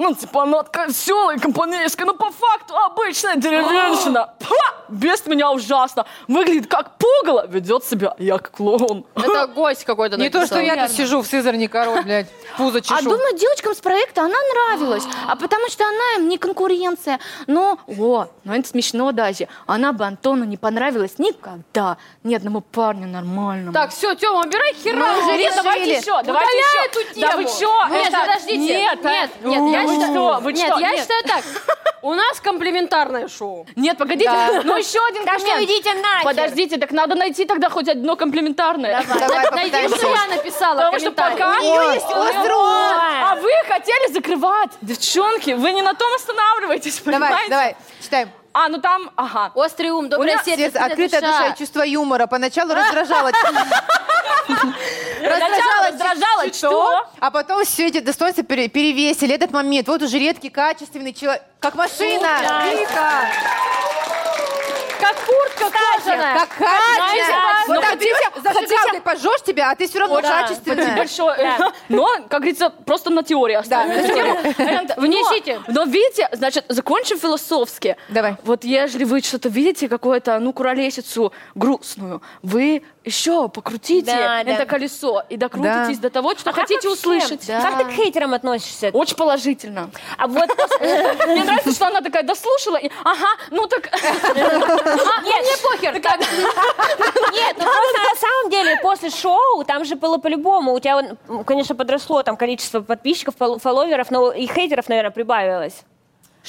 Speaker 8: Ну, типа, она такая веселая, компанейская, но по факту обычная деревенщина. Ха! Бесит меня ужасно. Выглядит как пугало, ведет себя я как клоун.
Speaker 1: Ну, Это гость какой-то
Speaker 5: Не то, что
Speaker 1: написал.
Speaker 5: я тут сижу в Сызрани, король, блядь, пузо
Speaker 8: А
Speaker 5: чешу.
Speaker 8: думаю, девочкам с проекта она нравилась, а потому что она им не конкуренция. Но, о, ну это смешно даже. Она бы Антону не понравилась никогда. Ни одному парню нормальному.
Speaker 1: Так, все, Тёма, убирай хера.
Speaker 8: Ну,
Speaker 2: Мы уже
Speaker 1: Нет,
Speaker 2: Ну, решили.
Speaker 1: еще,
Speaker 8: Удаляй
Speaker 1: эту
Speaker 8: Да вы чё?
Speaker 1: Нет,
Speaker 8: Это-
Speaker 1: подождите. Нет,
Speaker 8: Нет,
Speaker 1: нет,
Speaker 8: а?
Speaker 1: нет, я
Speaker 8: Вы что?
Speaker 1: считаю...
Speaker 8: Вы
Speaker 1: Нет,
Speaker 8: что?
Speaker 1: я
Speaker 8: Нет.
Speaker 1: считаю так. У нас комплементарное шоу.
Speaker 8: Нет, погодите, ну еще один
Speaker 3: Так что
Speaker 8: коммент.
Speaker 3: идите нахер.
Speaker 8: Подождите, так надо найти тогда хоть одно комплиментарное.
Speaker 2: Давай
Speaker 1: Найди,
Speaker 2: попытаемся.
Speaker 1: что я написала
Speaker 8: Потому что пока...
Speaker 1: комментарий.
Speaker 2: Ой, остро.
Speaker 8: А вы хотели закрывать. Девчонки, вы не на том останавливаетесь,
Speaker 2: Давай,
Speaker 8: понимаете?
Speaker 2: давай, читаем.
Speaker 8: А, ну там, ага.
Speaker 1: Острый ум,
Speaker 2: У
Speaker 1: доброе
Speaker 2: меня
Speaker 1: сердце,
Speaker 2: сердце, открытая душа и чувство юмора. Поначалу раздражало.
Speaker 8: Сначала раздражало,
Speaker 2: потом, а потом все эти достоинства пере- перевесили. Этот момент. Вот уже редкий, качественный человек. Как машина. Вика.
Speaker 8: Как куртка кожаная.
Speaker 2: Как качественная.
Speaker 8: Знаете,
Speaker 2: Вот
Speaker 8: ну,
Speaker 2: так
Speaker 8: хотите-
Speaker 2: берёшь, зажигалкой пожжешь тебя, а ты все равно
Speaker 8: Да, спасибо
Speaker 2: качественная.
Speaker 8: большое. э, Но, как говорится, просто на теории оставим эту тему. And,
Speaker 1: Внесите.
Speaker 8: Но, но видите, значит, закончим философски.
Speaker 2: Давай.
Speaker 8: Вот если вы что-то видите, какую-то, ну, куролесицу грустную, вы еще покрутите
Speaker 3: Да, да.
Speaker 8: это колесо и докрутитесь до того, что
Speaker 3: А как
Speaker 8: хотите
Speaker 3: вообще?
Speaker 8: услышать.
Speaker 3: Как ты к хейтерам относишься?
Speaker 8: Очень положительно.
Speaker 3: А вот
Speaker 8: Мне нравится, что она такая дослушала и, ага, ну так... ну
Speaker 3: Нет, мне похер. Нет, ну просто на самом деле после шоу там же было по-любому. У тебя, он, м, конечно, подросло там количество подписчиков, фол- фолловеров, но и хейтеров, наверное, прибавилось.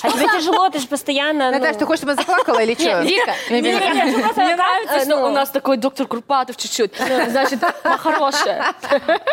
Speaker 3: А тебе тяжело, ты же постоянно... ну,
Speaker 2: Наташа, ты хочешь, чтобы она заплакала или что?
Speaker 8: Вика,
Speaker 2: Не,
Speaker 8: не,
Speaker 2: Вика.
Speaker 8: не, не,
Speaker 3: просто
Speaker 8: мне
Speaker 3: как,
Speaker 8: нравится,
Speaker 3: э,
Speaker 8: что
Speaker 3: ну.
Speaker 8: у нас такой доктор Курпатов чуть-чуть. Значит, она хорошая.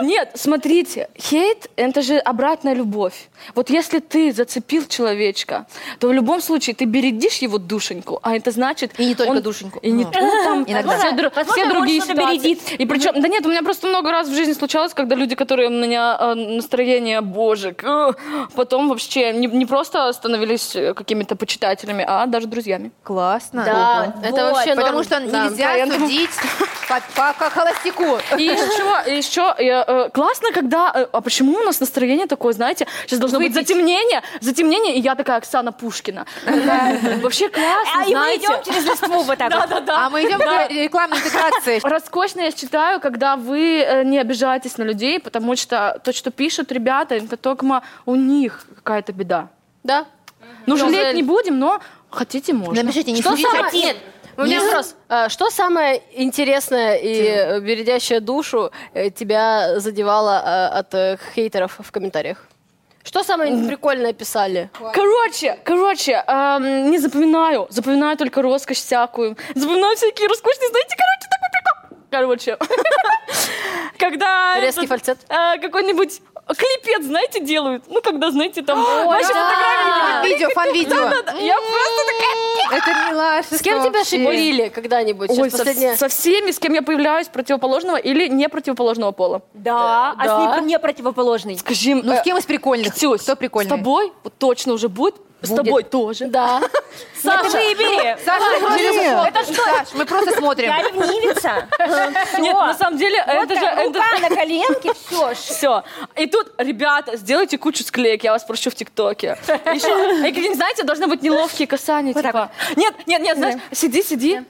Speaker 8: Нет, смотрите, хейт — это же обратная любовь. Вот если ты зацепил человечка, то в любом случае ты бередишь его душеньку, а это значит...
Speaker 2: И не только
Speaker 8: он-
Speaker 2: душеньку.
Speaker 8: И не
Speaker 2: Ну.
Speaker 8: ну, там
Speaker 2: Иногда.
Speaker 8: все, дру-
Speaker 3: Возможно,
Speaker 8: все
Speaker 3: он
Speaker 8: другие
Speaker 3: что-то
Speaker 8: ситуации.
Speaker 3: бередит.
Speaker 8: И причем, да нет, у меня просто много раз в жизни случалось, когда люди, которые у меня э, настроение божек, э, потом вообще не, не просто становились э, какими-то почитателями, а даже друзьями.
Speaker 2: Классно.
Speaker 1: Да, это вообще норм.
Speaker 2: Потому что
Speaker 1: Да.
Speaker 2: нельзя судить по- по по холостяку.
Speaker 8: И еще, и еще э, э, классно, когда... э, а почему у нас настроение такое, знаете? Сейчас должно быть затемнение, затемнение, и я такая Оксана Пушкина. Такая, Вообще классно,
Speaker 3: А и мы
Speaker 8: знаете.
Speaker 3: идем через листву вот так вот.
Speaker 2: А мы идем к рекламной интеграции.
Speaker 8: Роскошно я считаю, когда вы э, не обижаетесь на людей, потому что то, что пишут ребята, это только у них какая-то беда.
Speaker 1: Да.
Speaker 8: Ну, жалеть
Speaker 1: Жаль.
Speaker 8: не будем, но хотите, можно.
Speaker 2: Напишите, не
Speaker 1: Что
Speaker 2: судите.
Speaker 1: самое... Нет, у меня вопрос. А, Что самое интересное и э, бередящее душу э, тебя задевало э, от э, хейтеров в комментариях? Что самое прикольное писали?
Speaker 8: Короче, короче, эм, не запоминаю. Запоминаю только роскошь всякую. Запоминаю всякие роскошные, знаете, короче, такой прикол. Короче, когда
Speaker 1: Резкий
Speaker 8: этот,
Speaker 1: фальцет.
Speaker 8: э, какой-нибудь клипец, знаете, делают. Ну, когда, знаете, там ваши
Speaker 1: да. М-м-м.
Speaker 8: фотографии.
Speaker 2: Видео, фан-видео.
Speaker 8: Да-да-да. Я просто такая...
Speaker 2: Это милашество
Speaker 1: С кем тебя
Speaker 2: вообще.
Speaker 1: шипили когда-нибудь? Сейчас
Speaker 8: Ой,
Speaker 1: последнее.
Speaker 8: со, со всеми, с кем я появляюсь противоположного или не противоположного пола.
Speaker 3: Да, а
Speaker 8: Да.
Speaker 3: с ним не противоположный.
Speaker 8: Скажи,
Speaker 2: Ну, с кем из прикольных?
Speaker 8: Ксюсь,
Speaker 2: Кто
Speaker 8: с
Speaker 2: прикольный?
Speaker 8: тобой вот точно уже будет, с тобой тоже.
Speaker 1: Да.
Speaker 3: Это выбери.
Speaker 2: Саша,
Speaker 4: Ой,
Speaker 2: через
Speaker 4: нет.
Speaker 2: фото. Саш, мы просто смотрим.
Speaker 3: Я ревнивица.
Speaker 8: А Нет, на самом деле, это же...
Speaker 3: Рука на
Speaker 8: это-
Speaker 3: коленке, все.
Speaker 8: Все. И тут, ребята, сделайте кучу склеек, я вас прошу в ТикТоке. Еще, и, какие, знаете, должны быть неловкие касания, типа. Нет, нет, нет, знаешь, сиди, сиди.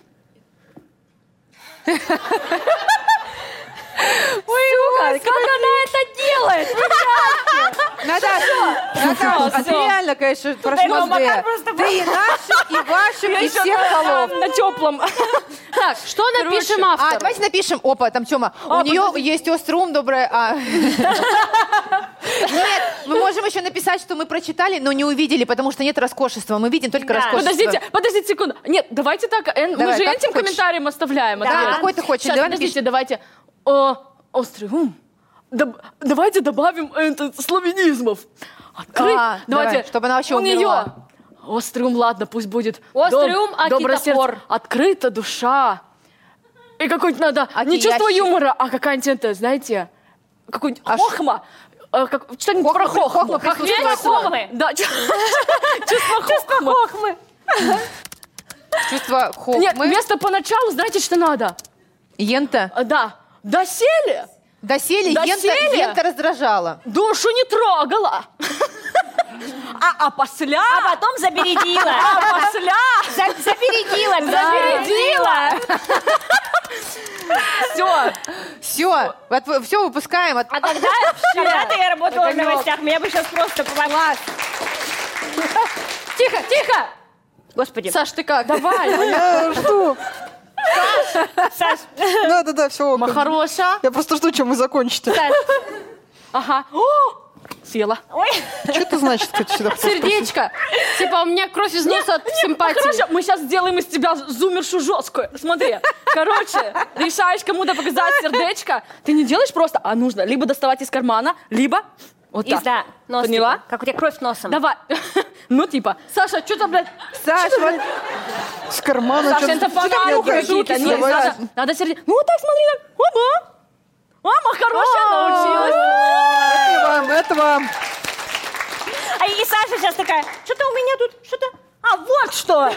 Speaker 8: Сука, как она это делает?
Speaker 2: Наташа, Наташа, а ты
Speaker 8: всё.
Speaker 2: реально, конечно, прошла
Speaker 8: Макар
Speaker 2: СД. Ты и наших, и ваших, и всех А, холов.
Speaker 8: На теплом.
Speaker 1: Так, что напишем
Speaker 2: А,
Speaker 1: автору?
Speaker 2: давайте напишем. Опа, там Тёма. у нее есть острый ум, добрая. А. Нет, мы можем еще написать, что мы прочитали, но не увидели, потому что нет роскошества. Мы видим только
Speaker 3: Да.
Speaker 2: роскошество.
Speaker 8: Подождите, подождите секунду. Нет, давайте так. э, Мы
Speaker 2: Давай,
Speaker 8: же
Speaker 2: как
Speaker 8: этим
Speaker 2: хочешь.
Speaker 8: комментарием оставляем.
Speaker 2: Да,
Speaker 8: ответ.
Speaker 2: какой ты хочешь,
Speaker 8: Сейчас,
Speaker 2: давай
Speaker 8: подождите, давайте. Э, Острый ум. Доб- Давайте добавим это, славянизмов. Откры-
Speaker 2: А, давай, чтобы она вообще
Speaker 8: У нее.
Speaker 2: умерла.
Speaker 8: Острый ум, ладно, пусть будет.
Speaker 1: Острый ум, а
Speaker 8: доброе
Speaker 1: китопор.
Speaker 8: сердце. Открыта душа. И какой-нибудь надо
Speaker 2: А
Speaker 8: не чувство
Speaker 2: киящик.
Speaker 8: юмора, а какая-нибудь, это, знаете, какой-нибудь
Speaker 2: А ш-
Speaker 8: хохма. Э, как- Что-нибудь
Speaker 2: Хохма
Speaker 8: про
Speaker 2: при- хохма
Speaker 8: хохму.
Speaker 2: присутствует.
Speaker 8: Хохма. Да, чу- чувство хохмы.
Speaker 2: Чувство хохмы.
Speaker 8: Нет, вместо поначалу знаете, что надо?
Speaker 2: Ента.
Speaker 8: А, Да. Досели,
Speaker 2: Доселе, Ента,
Speaker 8: Доселе?
Speaker 2: ента раздражала.
Speaker 8: душу не трогала. А, а после,
Speaker 3: А потом забередила.
Speaker 8: а после,
Speaker 3: За- Забередила.
Speaker 8: Забередила. все.
Speaker 2: Все, все выпускаем. От-
Speaker 3: А тогда, когда-то я работала в новостях, меня бы сейчас просто... Класс.
Speaker 1: Тихо, тихо!
Speaker 3: Господи.
Speaker 1: Саш, ты как? Давай.
Speaker 4: Я жду.
Speaker 3: Саш,
Speaker 4: Да-да-да, все.
Speaker 8: Хороша.
Speaker 4: Я просто жду, чем вы закончите.
Speaker 8: Ага. О, Съела.
Speaker 3: ой.
Speaker 4: Что это значит, что ты сюда хотел спросить?
Speaker 1: Сердечко. Типа у меня кровь из носа от симпатии.
Speaker 8: Короче, мы сейчас сделаем из тебя зумершу жесткую. Смотри, короче, решаешь кому-то показать сердечко. Ты не делаешь просто, а нужно либо доставать из кармана, либо вот
Speaker 3: И
Speaker 8: так.
Speaker 3: да, нос.
Speaker 8: Поняла?
Speaker 3: типа, Как у тебя кровь носом.
Speaker 8: Давай. Ну, типа, Саша, что там, блядь,
Speaker 2: Саша, вот
Speaker 4: С кармана.
Speaker 8: Саша,
Speaker 4: чё-
Speaker 8: это
Speaker 4: чё там
Speaker 8: фонарики
Speaker 4: рукой
Speaker 8: какие-то.
Speaker 4: руки
Speaker 8: Нет,
Speaker 4: совать?
Speaker 8: Ну, надо, надо сердечко. Ну, вот так смотри. так. Опа. Мама хорошая научилась.
Speaker 2: вам.
Speaker 3: А и Саша сейчас такая, что-то у меня тут, что-то... А вот что!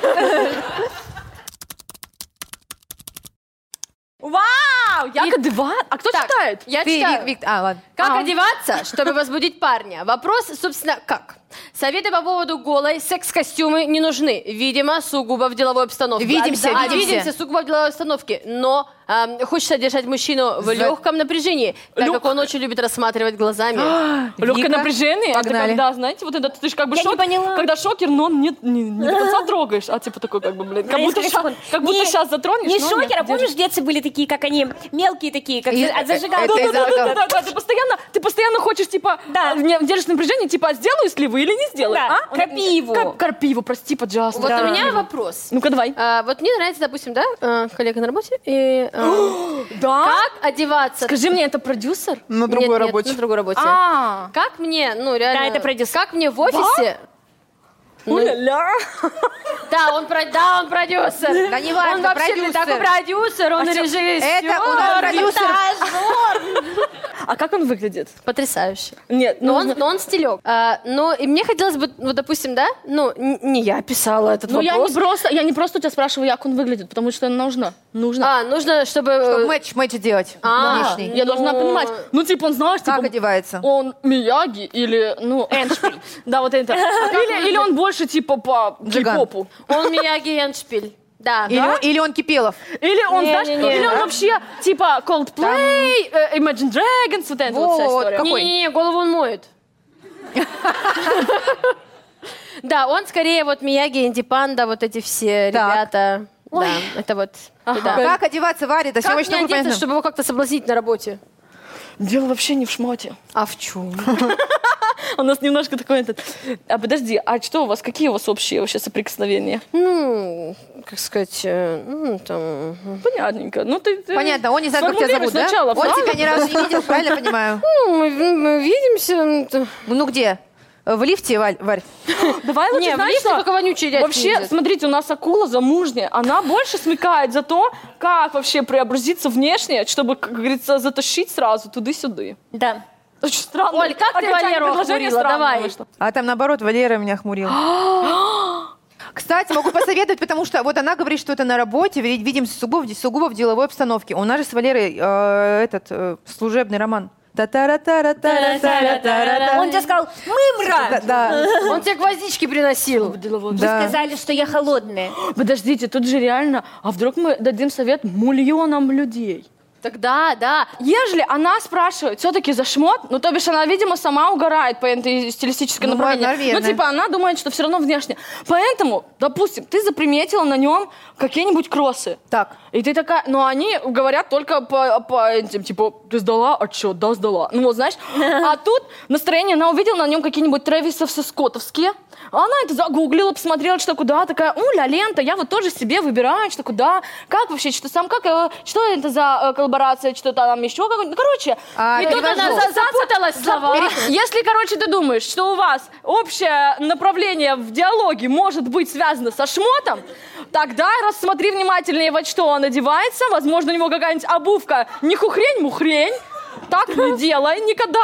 Speaker 8: Вау! Я два? А кто
Speaker 1: Так,
Speaker 8: читает?
Speaker 1: Я
Speaker 2: Ты,
Speaker 1: читаю.
Speaker 2: Вик, Вик, а, ладно.
Speaker 1: Как
Speaker 8: А, он-
Speaker 1: одеваться, чтобы возбудить парня? Вопрос, собственно, как? Советы по поводу голой, секс-костюмы не нужны. Видимо, сугубо в деловой обстановке.
Speaker 2: Видимся,
Speaker 1: А,
Speaker 2: видимся.
Speaker 1: видимся сугубо в деловой обстановке. Но эм, хочется держать мужчину в
Speaker 5: За-
Speaker 1: легком напряжении, так
Speaker 8: Лёг-
Speaker 1: как он очень любит рассматривать глазами.
Speaker 8: Легкое
Speaker 2: Вика,
Speaker 8: напряжение. Это
Speaker 2: погнали.
Speaker 8: когда, знаете, вот это ты же как бы
Speaker 3: Я не
Speaker 8: шок,
Speaker 3: поняла.
Speaker 8: когда шокер, но он не, не, не до конца трогаешь, а типа такой как бы, блин,
Speaker 3: На
Speaker 8: как будто,
Speaker 3: несколько
Speaker 8: ща-
Speaker 3: секунд.
Speaker 8: как будто
Speaker 3: Не-
Speaker 8: сейчас затронешь.
Speaker 3: Не
Speaker 8: но
Speaker 3: шокер, а
Speaker 8: нет, э, держишь.
Speaker 3: помнишь, в детстве были такие, как они, мелкие такие, как
Speaker 2: И-
Speaker 3: за- от зажигалки.
Speaker 2: это из-за
Speaker 3: Да-да-да.
Speaker 2: алкоголя.
Speaker 8: Да, да, ты постоянно, ты постоянно хочешь, типа,
Speaker 3: Да.
Speaker 8: а, не- держишь напряжение, типа, а сделаю сливы или не сделаю?
Speaker 3: Да,
Speaker 8: а?
Speaker 3: копи его.
Speaker 8: Коп- Копи его, прости, пожалуйста.
Speaker 1: Вот
Speaker 8: Да.
Speaker 1: у меня вопрос.
Speaker 8: Ну-ка, давай.
Speaker 1: А, вот мне нравится, допустим, да, э, коллега на работе, и э,
Speaker 8: Да?
Speaker 1: как одеваться?
Speaker 8: Скажи мне, это продюсер?
Speaker 4: На
Speaker 1: Нет,
Speaker 4: другой
Speaker 1: нет,
Speaker 4: работе.
Speaker 1: на другой работе.
Speaker 8: А,
Speaker 1: Как мне, ну реально,
Speaker 3: Да, это продюсер.
Speaker 1: как мне в офисе? Ну,
Speaker 8: ля
Speaker 1: да, он про- да, он продюсер.
Speaker 2: Да не важно,
Speaker 1: он вообще
Speaker 2: продюсер.
Speaker 1: такой продюсер, он режиссер.
Speaker 2: Это у нас продюсер.
Speaker 8: А как он выглядит?
Speaker 1: Потрясающе.
Speaker 8: Нет,
Speaker 1: Но
Speaker 8: ну,
Speaker 1: он, но он стилек. А, но и мне хотелось бы, вот, допустим, да, ну, н- не я писала этот
Speaker 8: ну я
Speaker 1: вопрос.
Speaker 8: не просто, я не просто у тебя спрашиваю, как он выглядит, потому что нужно, нужно.
Speaker 1: А, нужно, чтобы...
Speaker 2: Чтобы
Speaker 1: э,
Speaker 2: Мэтч, мэтч делать.
Speaker 1: А,
Speaker 2: внешний.
Speaker 8: я должна
Speaker 1: ну-
Speaker 8: понимать. Ну, типа, он знаешь,
Speaker 2: Как
Speaker 8: типа,
Speaker 2: одевается?
Speaker 8: он Мияги или, ну, Эншпиль. Да, вот это. Или, или он больше, типа, по
Speaker 2: Джиган.
Speaker 8: кей-попу.
Speaker 1: Он Мияги Эншпиль. Да.
Speaker 2: Или,
Speaker 1: Да?
Speaker 2: он- или он Кипелов?
Speaker 8: Или он,
Speaker 1: Не,
Speaker 8: знаешь,
Speaker 1: не, не.
Speaker 8: или он вообще, типа, Coldplay, э, Imagine Dragons, вот эта вот вся
Speaker 2: Вот,
Speaker 8: история.
Speaker 2: как- какой?
Speaker 1: Не-не-не, голову он моет. Да, он скорее вот Мияги, Инди Панда, вот эти все
Speaker 2: Так.
Speaker 1: ребята. Да, это вот. туда.
Speaker 2: Как одеваться Варе? Да,
Speaker 1: Как мне
Speaker 2: съемочная группа,
Speaker 1: одеться,
Speaker 2: понятно.
Speaker 1: чтобы его как-то соблазнить на работе?
Speaker 8: Дело вообще не в шмоте.
Speaker 1: А в чем?
Speaker 8: У нас немножко такой этот... А подожди, а что у вас, какие у вас общие вообще соприкосновения?
Speaker 1: Ну, как сказать, э, ну, там...
Speaker 8: Понятненько. Ну, ты, ты
Speaker 2: Понятно, он не знает, как тебя
Speaker 8: сформулируй
Speaker 2: зовут, да?
Speaker 8: сначала,
Speaker 2: Он
Speaker 8: правильно?
Speaker 2: тебя ни разу не видел, правильно понимаю?
Speaker 1: Ну, мы, мы видимся... ну, там.
Speaker 2: Ну где? Э, В лифте, Валь, Варь?
Speaker 8: Давай лучше,
Speaker 1: Не, в
Speaker 8: знаешь
Speaker 1: лифте
Speaker 8: что?
Speaker 1: только вонючие рядки
Speaker 8: Вообще,
Speaker 1: ездят.
Speaker 8: смотрите, у нас акула замужняя. Она больше смекает за то, как вообще преобразиться внешне, чтобы, как говорится, затащить сразу туды-сюды.
Speaker 3: Да.
Speaker 8: Очень странно.
Speaker 1: Оль, как ты
Speaker 8: Окончание
Speaker 1: Валеру
Speaker 8: предложения
Speaker 1: охмурила?
Speaker 8: странное
Speaker 1: Давай.
Speaker 8: вышло.
Speaker 2: А там наоборот, Валера меня хмурила. Кстати, могу посоветовать, потому что вот она говорит, что это на работе, ви- видимся сугубо, в- сугубо в деловой обстановке. У нас же с Валерой э, этот э, служебный роман. Та-та-ра-та-ра-та-ра-та-ра-та-ра-та.
Speaker 3: Он тебе сказал, мы
Speaker 2: Да,
Speaker 3: брат.
Speaker 2: да,
Speaker 1: Он тебе гвоздички приносил.
Speaker 2: да.
Speaker 3: Сказали, что я холодная.
Speaker 8: Подождите, тут же реально, а вдруг мы дадим совет миллионам людей?
Speaker 1: Тогда, да.
Speaker 8: Ежели она спрашивает все-таки за шмот, ну, то бишь она, видимо, сама угорает по этой стилистической
Speaker 2: Ну,
Speaker 8: направлению.
Speaker 2: наверное.
Speaker 8: Ну, типа, она думает, что все равно внешне. Поэтому, допустим, ты заприметила на нем какие-нибудь кроссы.
Speaker 2: Так.
Speaker 8: И ты такая, но они говорят только по, по этим, типа, ты сдала отчет, да, сдала. Ну вот, знаешь, а тут настроение, она увидела на нем какие-нибудь Трэвисовсы скотовские, она это загуглила, посмотрела, что куда, такая, уля, лента, я вот тоже себе выбираю, что куда, как вообще, что сам, как, э, что это за э, коллаборация, что там еще, как, ну, короче.
Speaker 2: А,
Speaker 8: и тут
Speaker 2: перевожу.
Speaker 8: она за-
Speaker 1: запуталась в словах.
Speaker 8: если, короче, ты думаешь, что у вас общее направление в диалоге может быть связано со шмотом, тогда рассмотри внимательнее, во что он одевается. Возможно, у него какая-нибудь обувка не хухрень-мухрень. Так не делай никогда.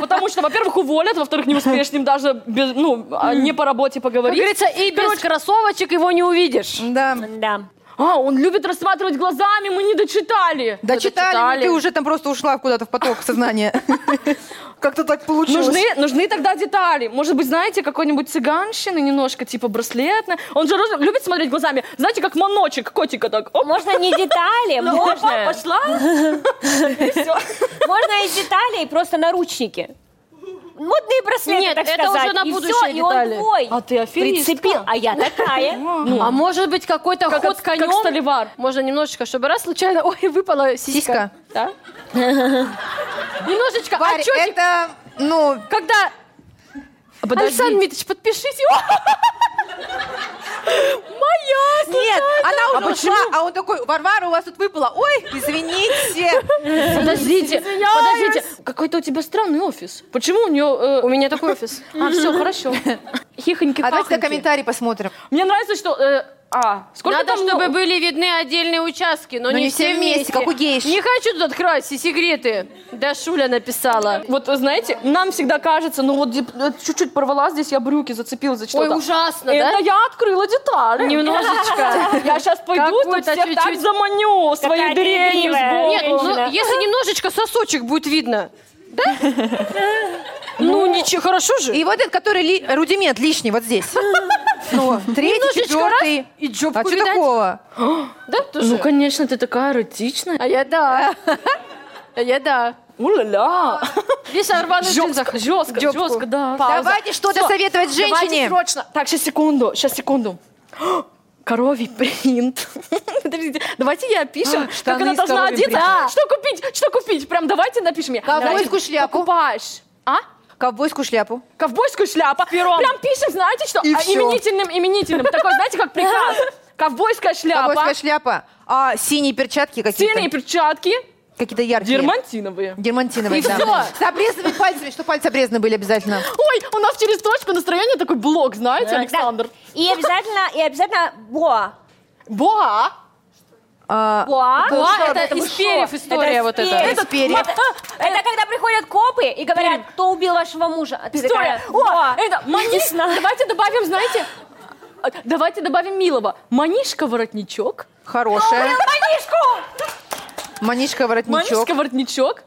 Speaker 8: Потому что, во-первых, уволят, во-вторых, не успеешь с ним даже без- ну, а, не по работе
Speaker 1: Как
Speaker 8: поговорить.
Speaker 1: говорится, и без кроссовочек его не увидишь.
Speaker 2: Да.
Speaker 3: Да.
Speaker 8: А, он любит рассматривать глазами, мы не дочитали.
Speaker 2: Да читали,
Speaker 8: дочитали.
Speaker 2: ну ты уже там просто ушла куда-то в поток сознания.
Speaker 4: Как-то так получилось.
Speaker 8: Нужны, нужны тогда детали. Может быть, знаете, какой-нибудь цыганщины немножко, типа браслетная. Он же рож- любит смотреть глазами. Знаете, как маночек котика так. Оп,
Speaker 3: Можно не детали,
Speaker 8: ну, опа,
Speaker 3: можно.
Speaker 8: пошла. И всё.
Speaker 3: Можно из деталей просто наручники. Модные браслеты,
Speaker 1: Нет,
Speaker 3: так
Speaker 1: это
Speaker 3: сказать.
Speaker 1: уже на
Speaker 3: и
Speaker 1: будущее
Speaker 3: все, и он
Speaker 1: детали.
Speaker 3: твой.
Speaker 8: А ты аферистка.
Speaker 3: Прицепил, а я такая.
Speaker 1: А может быть, какой-то
Speaker 8: Как
Speaker 1: ход
Speaker 8: от- как
Speaker 1: конем?
Speaker 8: Столивар.
Speaker 1: Можно немножечко, чтобы раз случайно... Ой, выпала сиська.
Speaker 2: Сиська.
Speaker 1: Да. Немножечко.
Speaker 2: Варь,
Speaker 1: а чё ты-
Speaker 2: это, ну,
Speaker 1: Когда...
Speaker 8: Подожди.
Speaker 1: Александр Дмитриевич, подпишите.
Speaker 2: нет, она уже ушла, а он такой, Варвара, у вас тут выпало. Ой, извините. А
Speaker 8: Подождите, подождите. Какой-то у тебя странный офис. Почему у нее...
Speaker 1: У меня такой офис.
Speaker 8: А, все, хорошо. хихоньки
Speaker 2: А давайте на комментарий посмотрим.
Speaker 8: Мне нравится, что... э, а, сколько
Speaker 1: Надо,
Speaker 8: там
Speaker 1: чтобы
Speaker 8: лук?
Speaker 1: были видны отдельные участки, но,
Speaker 2: Но
Speaker 1: не, все вместе,
Speaker 2: как у гейш.
Speaker 1: Не хочу тут открывать все секреты. Да Шуля написала.
Speaker 8: Вот, э, знаете, нам всегда кажется, ну вот деп- э, чуть-чуть порвала здесь, я брюки зацепила за
Speaker 1: Ой,
Speaker 8: что-то.
Speaker 1: ужасно,
Speaker 8: Это
Speaker 1: да?
Speaker 8: я открыла детали.
Speaker 1: Немножечко.
Speaker 8: Я сейчас пойду, тут
Speaker 1: Какой-то
Speaker 8: всех так
Speaker 1: чуть-чуть.
Speaker 8: заманю, свою
Speaker 3: Такая
Speaker 8: дрянью
Speaker 3: ревнивая.
Speaker 8: сбоку.
Speaker 1: Нет, ну,
Speaker 3: Женщина.
Speaker 1: если немножечко сосочек будет видно, да? Ну, ничего, хорошо же.
Speaker 2: И вот этот, который ли- рудимент лишний вот здесь. Ну, третий,
Speaker 1: Немножечко раз,
Speaker 2: четвертый.
Speaker 1: и джобку
Speaker 2: А что
Speaker 1: видать.
Speaker 2: такого?
Speaker 1: Да, тоже?
Speaker 8: конечно, ты такая эротичная.
Speaker 1: А я да. А я да.
Speaker 8: Уля-ля.
Speaker 1: Весь рваный
Speaker 8: Жестко, жестко,
Speaker 1: Джобку.
Speaker 8: жестко, да.
Speaker 2: Давайте что-то
Speaker 8: Всё,
Speaker 2: советовать
Speaker 8: Давайте
Speaker 2: женщине.
Speaker 8: срочно. Так, сейчас секунду, сейчас секунду. Коровий принт. Подождите, давайте я опишем, как
Speaker 5: штаны
Speaker 8: она
Speaker 5: с
Speaker 8: должна
Speaker 5: коровьим
Speaker 8: одеться.
Speaker 5: принтом.
Speaker 8: Да. Что купить? Что купить? Прям давайте напишем. мне.
Speaker 2: Ковбойскую
Speaker 8: Значит,
Speaker 2: шляпу.
Speaker 8: Покупаешь. А?
Speaker 2: Ковбойскую шляпу.
Speaker 8: Ковбойскую шляпу. Прям пишем, знаете что?
Speaker 2: И
Speaker 8: А,
Speaker 2: всё.
Speaker 8: именительным, именительным. Такой, знаете, как приказ. Ковбойская шляпа.
Speaker 2: Ковбойская шляпа. А синие перчатки какие-то.
Speaker 8: Сильные перчатки.
Speaker 2: Какие-то яркие.
Speaker 8: Дермантиновые.
Speaker 2: Дермантиновые,
Speaker 1: И
Speaker 2: да.
Speaker 1: всё.
Speaker 2: С обрезанными пальцами, что пальцы обрезаны были обязательно.
Speaker 8: Ой, у нас через точку настроения такой блок, знаете, Александр?
Speaker 3: И обязательно, и обязательно боа.
Speaker 8: Боа.
Speaker 2: А,
Speaker 3: Боа.
Speaker 1: Боа
Speaker 3: Что
Speaker 1: это
Speaker 3: Вы
Speaker 1: из перьев
Speaker 3: что?
Speaker 1: история
Speaker 3: из
Speaker 1: вот эта.
Speaker 3: перьев.
Speaker 2: Из перьев.
Speaker 3: Вот, а, Это когда приходят копы и говорят, кто убил вашего мужа. А ты
Speaker 8: История.
Speaker 3: такая,
Speaker 8: О,
Speaker 3: «Боа».
Speaker 8: это маниш. Давайте добавим, знаете, э, давайте добавим милого. Манишка воротничок.
Speaker 2: хорошая.
Speaker 3: Манишку!
Speaker 2: Манишка воротничок.
Speaker 8: Манишка воротничок.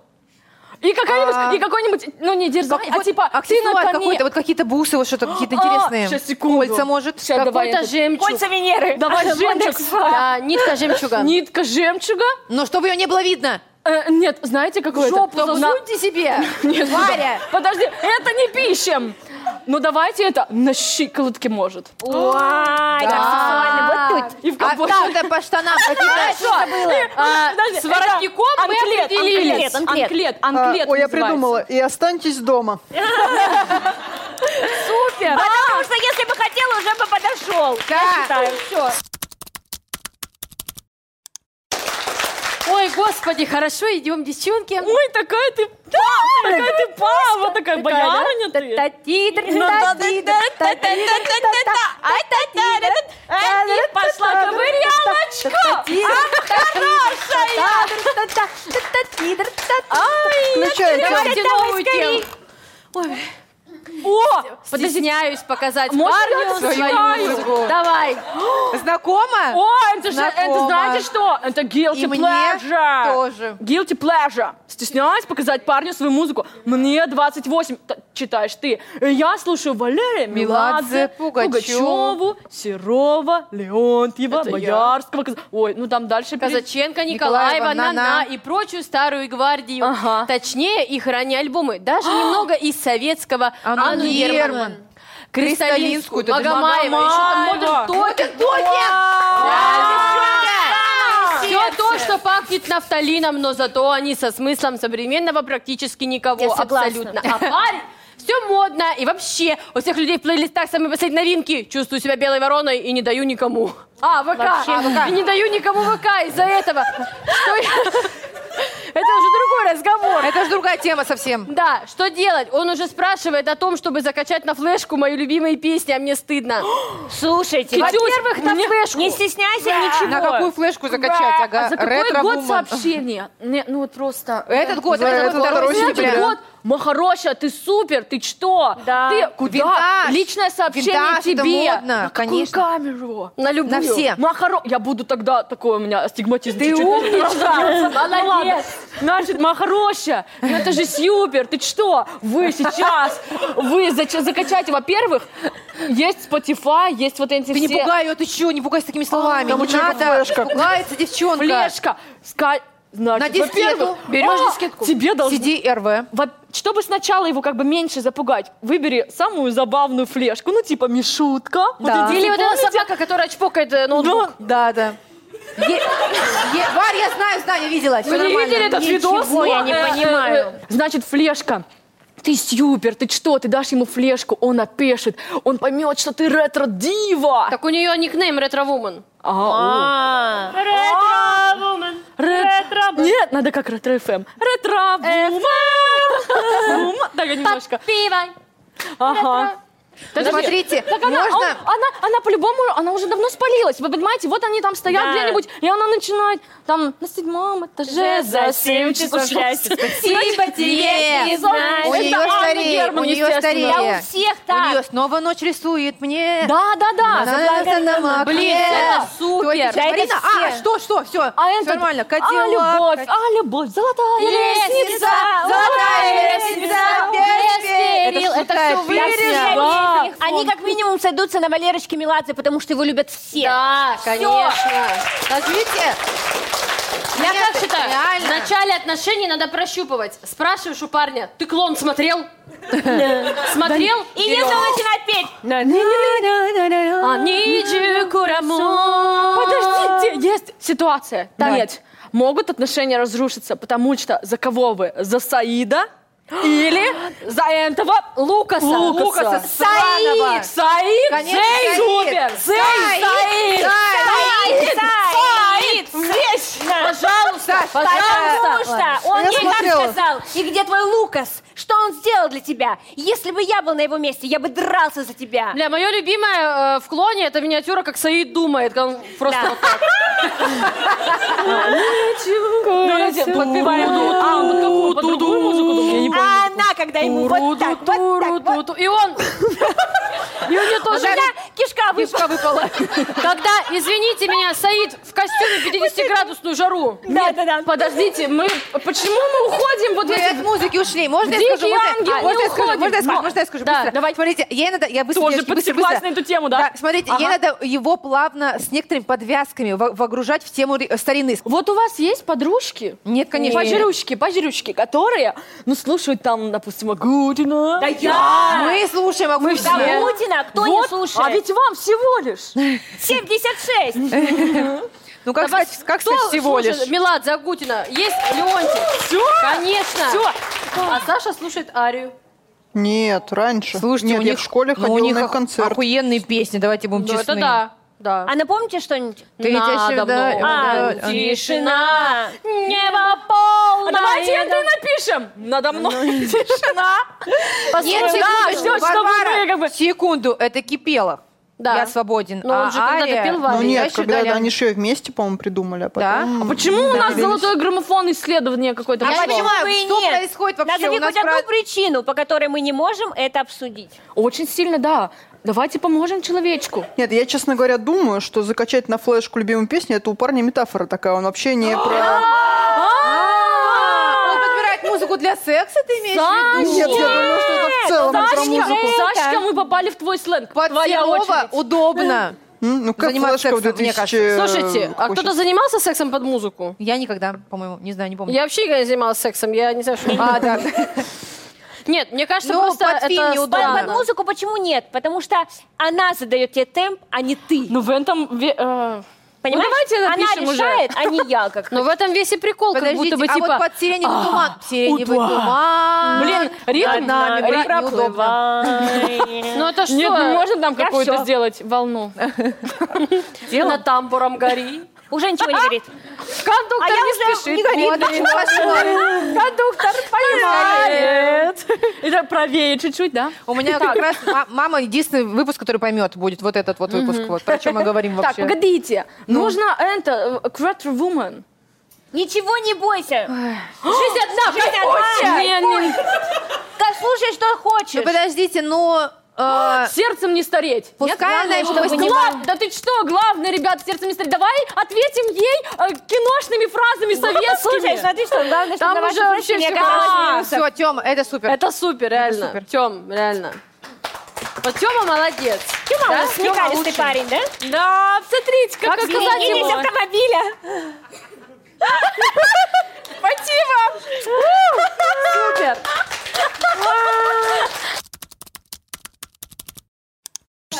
Speaker 8: И какая-нибудь,
Speaker 2: А.
Speaker 8: и какой-нибудь, ну не дерзай,
Speaker 2: Как-
Speaker 8: а
Speaker 2: вот
Speaker 8: типа ты
Speaker 2: аксессуар
Speaker 8: на коне. А,
Speaker 2: какой-то, вот какие-то бусы, вот что-то какие-то интересные.
Speaker 8: Сейчас секунду.
Speaker 2: Кольца, может?
Speaker 8: Щас,
Speaker 2: Какой-
Speaker 8: давай.
Speaker 1: Какой-то жемчуг.
Speaker 3: Кольца Венеры.
Speaker 8: Давай
Speaker 3: Вот
Speaker 8: жемчуг.
Speaker 3: так.
Speaker 1: Да, нитка жемчуга.
Speaker 8: Нитка жемчуга.
Speaker 2: Но чтобы ее не было видно.
Speaker 8: Э, нет, знаете, какой
Speaker 1: Жопу
Speaker 8: это? На-
Speaker 1: засуньте себе.
Speaker 8: Нет, ну
Speaker 2: Варя!
Speaker 8: да. Подожди, это не пищем. Ну давайте это на щиколотке может.
Speaker 3: Ой, как сексуально. Вот тут.
Speaker 8: И в
Speaker 2: А
Speaker 8: ковбой.
Speaker 2: там-то по штанам какие-то.
Speaker 1: А,
Speaker 8: Подожди,
Speaker 1: С воротником
Speaker 8: это
Speaker 1: мы
Speaker 8: анклет,
Speaker 1: определились.
Speaker 8: Анклет, анклет, А, анклет
Speaker 4: А, Ой, я
Speaker 8: называется.
Speaker 4: придумала. И останьтесь дома.
Speaker 8: Супер.
Speaker 3: Потому что если бы хотел, уже бы подошел. Я считаю, все.
Speaker 1: Ой, господи, хорошо, идем, девчонки.
Speaker 8: Ой, такая ты пава, такая ты пава, такая боярыня ты. Э, Пошла ковырялочка.
Speaker 4: Включайте.
Speaker 1: Давайте новую тему.
Speaker 8: О,
Speaker 1: Стесняюсь показать
Speaker 8: Можно я
Speaker 1: парню свою
Speaker 8: отсыпаю?
Speaker 1: музыку. Давай.
Speaker 2: Знакомо?
Speaker 8: о, это же, это
Speaker 2: Знакомо.
Speaker 8: знаете что? Это guilty
Speaker 2: И мне
Speaker 8: pleasure.
Speaker 2: тоже.
Speaker 8: Guilty pleasure. Стесняюсь показать парню свою музыку. Мне 28. Т- читаешь ты. Я слушаю Валерия Меладзе,
Speaker 2: Меладзе, Пугачёву,
Speaker 8: Пугачеву, Серова, Леонтьева,
Speaker 1: Это я.
Speaker 8: Боярского. Каз- Ой, ну там дальше... пере-
Speaker 1: Казаченко, Николаева,
Speaker 2: Николаева,
Speaker 1: Нана,
Speaker 2: «Нана»
Speaker 1: и прочую старую гвардию.
Speaker 8: Ага.
Speaker 1: Точнее, их ранние альбомы. Даже немного из советского
Speaker 8: А, ну,
Speaker 2: Анну
Speaker 1: Анну
Speaker 2: Герман.
Speaker 1: Герман. Кристалинскую,
Speaker 2: Кристалинскую, это
Speaker 1: Магомаева, еще там
Speaker 8: Магомаева.
Speaker 1: модуль
Speaker 2: Вот и Тоня!
Speaker 1: Все то, что пахнет нафталином, но зато они со смыслом современного практически
Speaker 3: Я
Speaker 1: никого
Speaker 3: согласна.
Speaker 1: абсолютно. А парень все модно и вообще у всех людей в плейлистах самые последние новинки. Чувствую себя белой вороной и не даю никому. А, ВК. А, ВК. И не даю никому ВК из-за этого. Что я- Это уже другой разговор.
Speaker 2: Это же другая тема совсем.
Speaker 1: Да, что делать? Он уже спрашивает о том, чтобы закачать на флешку мои любимые песни, а мне стыдно.
Speaker 3: Слушайте,
Speaker 1: Во-первых, на флешку.
Speaker 3: не стесняйся ничего.
Speaker 2: На какую флешку закачать? Ага,
Speaker 8: А за какой
Speaker 2: ретро
Speaker 8: год
Speaker 2: Woman.
Speaker 8: сообщения? Не, ну вот просто...
Speaker 2: Этот год,
Speaker 4: За
Speaker 2: это
Speaker 4: этот
Speaker 2: вот второй
Speaker 4: второй
Speaker 2: сентября.
Speaker 8: Этот год, мы хорошая, ты супер, ты что?
Speaker 3: Да.
Speaker 8: Ты куда?
Speaker 2: Винтаж.
Speaker 8: Личное сообщение
Speaker 2: Винтаж, это
Speaker 8: тебе.
Speaker 2: модно,
Speaker 8: На какую
Speaker 2: конечно.
Speaker 8: камеру?
Speaker 1: На любую.
Speaker 2: На все.
Speaker 8: Мы хоро- Я буду тогда такой у меня астигматизм.
Speaker 1: Ты
Speaker 8: чуть-чуть
Speaker 1: умничка.
Speaker 8: разовьётся. Ну ладно.
Speaker 1: Молодец.
Speaker 8: Значит, моя хорошая, ну это же супер, ты что? Вы сейчас, вы зач- закачайте, во-первых, есть Spotify, есть вот эти
Speaker 2: Ты не
Speaker 8: все-
Speaker 2: пугай ее, ты чё, не пугайся такими словами.
Speaker 4: Там у
Speaker 2: Не
Speaker 4: человека
Speaker 2: надо,
Speaker 4: флешка.
Speaker 2: пугается девчонка.
Speaker 8: Флешка. Ска...
Speaker 2: На
Speaker 8: Значит,
Speaker 2: дискету.
Speaker 8: во-первых,
Speaker 2: Берёшь
Speaker 8: а,
Speaker 2: дискетку.
Speaker 8: Тебе должно...
Speaker 2: Сиди, РВ.
Speaker 8: Во- Чтобы сначала его как бы меньше запугать, выбери самую забавную флешку, ну типа Мишутка.
Speaker 2: Да.
Speaker 8: эти,
Speaker 1: Или вот эта
Speaker 8: помните? Ну,
Speaker 1: собака, которая чпокает э, ноутбук.
Speaker 8: Да.
Speaker 2: Да, да. Е- е- Варь, я знаю, знаю, я видела. Всё
Speaker 8: Вы не
Speaker 2: нормально.
Speaker 8: видели этот видос?
Speaker 3: Ничего я
Speaker 8: Ну,
Speaker 3: не
Speaker 8: э, э,
Speaker 3: понимаю.
Speaker 8: э, Значит, флешка. Ты супер, ты что? Ты дашь ему флешку, он опешит, он поймет, что ты ретро-дива.
Speaker 1: Так у нее никнейм ретро-вумен.
Speaker 8: А, о. Рет- Нет, надо как эм. ретро-ФМ. ретро Так, немножко.
Speaker 1: Пиво.
Speaker 8: Ага.
Speaker 2: Смотрите,
Speaker 8: Так она, а он-
Speaker 2: можно...
Speaker 8: она, она по-любому, она уже давно спалилась. Вы понимаете, вот они там стоят
Speaker 3: Да.
Speaker 8: где-нибудь, и она начинает там на седьмом этаже за семь часов счастья.
Speaker 3: Спасибо тебе, не знаю.
Speaker 2: У нее
Speaker 8: Это Анна
Speaker 2: старее,
Speaker 8: Герман,
Speaker 2: у нее
Speaker 8: естественно.
Speaker 3: Да у
Speaker 2: старее.
Speaker 3: всех
Speaker 2: У
Speaker 3: так.
Speaker 2: нее снова ночь рисует мне.
Speaker 8: Да, да, да.
Speaker 2: На- на- на
Speaker 1: Блин,
Speaker 2: окне.
Speaker 1: это супер.
Speaker 2: Тетя
Speaker 3: Да это
Speaker 2: Марина, а,
Speaker 3: все.
Speaker 2: что, что, все,
Speaker 8: А
Speaker 2: все
Speaker 8: это
Speaker 2: нормально,
Speaker 8: А
Speaker 2: Кадиллак.
Speaker 8: любовь, а любовь, золотая лестница,
Speaker 2: золотая лестница, пять
Speaker 8: Кирилл,
Speaker 2: Это
Speaker 8: это
Speaker 2: шутка,
Speaker 8: все
Speaker 2: я
Speaker 8: вырежем.
Speaker 3: Да.
Speaker 8: Да.
Speaker 3: Они как минимум сойдутся на Валерочке Меладзе, потому что его любят все.
Speaker 1: Да,
Speaker 2: Конечно. Смотрите,
Speaker 1: Я
Speaker 2: Нет,
Speaker 1: так считаю,
Speaker 2: реально.
Speaker 1: в начале отношений надо прощупывать. Спрашиваешь у парня, ты клон смотрел? Смотрел?
Speaker 3: И если он начинает петь...
Speaker 1: А,
Speaker 8: Подождите, есть ситуация. Там
Speaker 2: Да.
Speaker 8: нет. Могут отношения разрушиться, потому что за кого вы? За Саида или за этого Лукаса?
Speaker 2: Лукаса Саид!
Speaker 8: Саид! Саид!
Speaker 2: Конечно,
Speaker 8: Зей!
Speaker 2: Саид!
Speaker 8: Супер! Зей! Саид!
Speaker 2: Саид!
Speaker 8: Саид! Здесь!
Speaker 2: Саш,
Speaker 3: Потому что он
Speaker 4: Я
Speaker 3: ей так
Speaker 4: смотрела.
Speaker 3: сказал. И где твой Лукас? Что он сделал для тебя? Если бы я был на его месте, я бы дрался за тебя.
Speaker 1: Бля, мое любимое э, в клоне это миниатюра, как Саид думает. когда Он просто
Speaker 3: Да.
Speaker 1: вот так.
Speaker 8: Давайте подпеваем. А, он под какую? Под другую музыку? думал? Я не помню.
Speaker 3: А она, когда ему вот так, вот так, вот
Speaker 1: Ту-ру-ту-ту. И он... И у нее
Speaker 3: У
Speaker 1: тоже...
Speaker 3: меня кишка выпала.
Speaker 1: Когда, извините меня, Саид в костюме 50-градусную жару.
Speaker 3: Да, да, да.
Speaker 1: Подождите, мы... Почему мы уходим вот в
Speaker 2: Мы
Speaker 1: эти
Speaker 2: от музыки ушли. Можно я
Speaker 1: Дикий
Speaker 2: скажу? Можно, я-
Speaker 1: ангел,
Speaker 2: а, можно
Speaker 1: не
Speaker 2: я скажу?
Speaker 1: уходим.
Speaker 2: Можно я скажу?
Speaker 1: Но-
Speaker 2: Можно я скажу?
Speaker 1: Да,
Speaker 2: Быстро.
Speaker 1: давай.
Speaker 2: Смотрите, ей надо... Я быстро,
Speaker 8: Тоже
Speaker 2: девочки, быстро, быстро.
Speaker 8: подсеклась на эту тему, да?
Speaker 2: смотрите, ей надо его плавно с некоторыми подвязками во- вогружать в тему ре- старины.
Speaker 8: Вот у вас есть подружки?
Speaker 2: Нет, конечно.
Speaker 8: Подружки, подружки, которые, ну, слушают там, допустим, Агутина.
Speaker 3: Да я!
Speaker 2: Мы слушаем а Мы
Speaker 3: Да, Путина, кто не
Speaker 8: Вот,
Speaker 3: слушает?
Speaker 8: А ведь вам всего лишь.
Speaker 3: 76!
Speaker 2: Ну, как
Speaker 1: Да вас
Speaker 2: сказать, как
Speaker 1: кто
Speaker 2: сказать всего
Speaker 1: слушает?
Speaker 2: лишь?
Speaker 1: Меладзе, Агутина. Есть Леонтьев.
Speaker 8: Все?
Speaker 1: Конечно.
Speaker 8: Все.
Speaker 1: А Саша слушает Арию.
Speaker 4: Нет, раньше.
Speaker 2: Слушайте,
Speaker 4: Нет,
Speaker 2: у
Speaker 4: я
Speaker 2: них
Speaker 4: в школе
Speaker 2: ну, у
Speaker 4: ходила
Speaker 2: них
Speaker 4: на
Speaker 2: ох-
Speaker 4: концерт.
Speaker 2: Охуенные песни, давайте будем
Speaker 1: Ну,
Speaker 2: честны.
Speaker 1: это да. Да.
Speaker 3: А напомните что-нибудь?
Speaker 2: Ты э, летящий
Speaker 1: Надо
Speaker 2: вдаль-
Speaker 1: мной.
Speaker 2: да,
Speaker 3: А,
Speaker 2: он-
Speaker 3: Тишина!
Speaker 1: Небо полное.
Speaker 8: А давайте это и напишем. Надо мной тишина.
Speaker 2: Нет,
Speaker 8: Да,
Speaker 2: секундочку,
Speaker 8: всё, чтобы
Speaker 2: Варвара,
Speaker 8: мы как бы-
Speaker 2: секунду, это Кипелов.
Speaker 1: Да.
Speaker 2: Я свободен.
Speaker 1: Но он же когда-то
Speaker 2: Ария-
Speaker 1: пел в
Speaker 2: Ну,
Speaker 1: Арии.
Speaker 4: Ну
Speaker 2: я
Speaker 4: нет,
Speaker 2: считаю,
Speaker 4: когда
Speaker 2: Леон-
Speaker 4: они же ее вместе, по-моему, придумали, а потом...
Speaker 2: Да?
Speaker 8: Почему у нас золотой граммофон исследование какое-то?
Speaker 2: Я
Speaker 8: пошло?
Speaker 2: не понимаю,
Speaker 3: Вы
Speaker 2: что
Speaker 3: нет.
Speaker 2: происходит вообще?
Speaker 3: Назови
Speaker 2: У нас
Speaker 3: хоть одну
Speaker 2: про-
Speaker 3: причину, по которой мы не можем это обсудить.
Speaker 8: Очень сильно, да. Давайте поможем человечку.
Speaker 4: Нет, я, честно говоря, думаю, что закачать на флешку любимую песню, это у парня метафора такая, он вообще не про...
Speaker 2: Он подбирает музыку для секса, ты имеешь в виду?
Speaker 4: Нет, я думаю, что это в целом про музыку.
Speaker 8: Сашка, мы попали в твой сленг.
Speaker 2: Под
Speaker 8: Твоя
Speaker 2: Серова
Speaker 8: очередь.
Speaker 2: удобно.
Speaker 4: М, Ну как
Speaker 2: Заниматься
Speaker 4: флешка в
Speaker 2: сексом, мне
Speaker 4: 2000...
Speaker 2: кажется.
Speaker 4: э,
Speaker 1: Слушайте, а
Speaker 4: хочет.
Speaker 1: кто-то занимался сексом под музыку?
Speaker 2: Я никогда,
Speaker 8: Ну,
Speaker 2: по-моему, не знаю, не помню.
Speaker 1: Я вообще никогда не занималась сексом, я не знаю, что...
Speaker 2: А, да.
Speaker 1: Нет, мне кажется,
Speaker 2: Ну,
Speaker 1: просто
Speaker 2: под фильм
Speaker 1: это
Speaker 2: неудобно.
Speaker 1: странно.
Speaker 3: Под музыку почему нет? Потому что она задает тебе темп, а не ты.
Speaker 8: Ну, в этом... ве- э,
Speaker 3: Понимаешь?
Speaker 8: давайте это
Speaker 3: она
Speaker 8: пишем уже.
Speaker 3: решает, а не я как.
Speaker 1: Но в этом весь и прикол, как будто
Speaker 2: Подождите,
Speaker 1: бы
Speaker 2: а
Speaker 1: типа...
Speaker 2: вот под сиреневый туман. Сиреневый
Speaker 8: удва.
Speaker 2: туман.
Speaker 8: Блин, ритм
Speaker 2: над нами
Speaker 8: ри-
Speaker 2: бра- неудобно.
Speaker 1: Ну это что?
Speaker 8: Нет, ну можно там
Speaker 3: Я
Speaker 8: какую-то
Speaker 3: всё.
Speaker 8: сделать волну?
Speaker 1: На тамбуром гори.
Speaker 3: Уже ничего
Speaker 2: А?
Speaker 3: не горит.
Speaker 1: Кондуктор
Speaker 3: я
Speaker 1: не
Speaker 3: уже
Speaker 1: спешит.
Speaker 3: не
Speaker 2: Вот очень пошло.
Speaker 8: Кондуктор понимает. Это правее чуть-чуть, да?
Speaker 2: У меня как раз ма- мама единственный выпуск, который поймет, будет вот этот вот выпуск. Вот про чем мы говорим
Speaker 8: Так,
Speaker 2: вообще.
Speaker 8: погодите. Нужно это, э, Creator Woman.
Speaker 3: Ничего не бойся.
Speaker 8: Жизнь одна,
Speaker 3: Жизнь одна.
Speaker 8: Не, не, не.
Speaker 3: Как слушай, что
Speaker 2: Ну
Speaker 3: хочешь.
Speaker 2: подождите, но... э,
Speaker 8: Сердцем не стареть.
Speaker 2: Пускай она его
Speaker 8: чтобы
Speaker 2: снимает.
Speaker 8: глав- Да ты что, главное, ребят, сердцем не стареть. Давай ответим ей э, киношными фразами
Speaker 3: Слушай,
Speaker 8: советскими.
Speaker 3: смотри, что главное, что
Speaker 8: Там
Speaker 3: на вашем
Speaker 8: уже
Speaker 3: профиле
Speaker 8: вообще
Speaker 3: не
Speaker 8: всё-
Speaker 3: оказалось
Speaker 8: А,
Speaker 3: минусов.
Speaker 2: Все, Тёма, это супер.
Speaker 1: Это супер, реально.
Speaker 2: супер.
Speaker 1: Тем, реально. Вот Тёма молодец.
Speaker 3: Тёма, у нас
Speaker 1: Тёма
Speaker 3: смекалистый
Speaker 1: лучше.
Speaker 3: парень, да?
Speaker 8: Да, смотрите, как
Speaker 1: Как
Speaker 8: сказать
Speaker 1: изменились
Speaker 8: ему.
Speaker 3: Из автомобиля.
Speaker 1: Супер.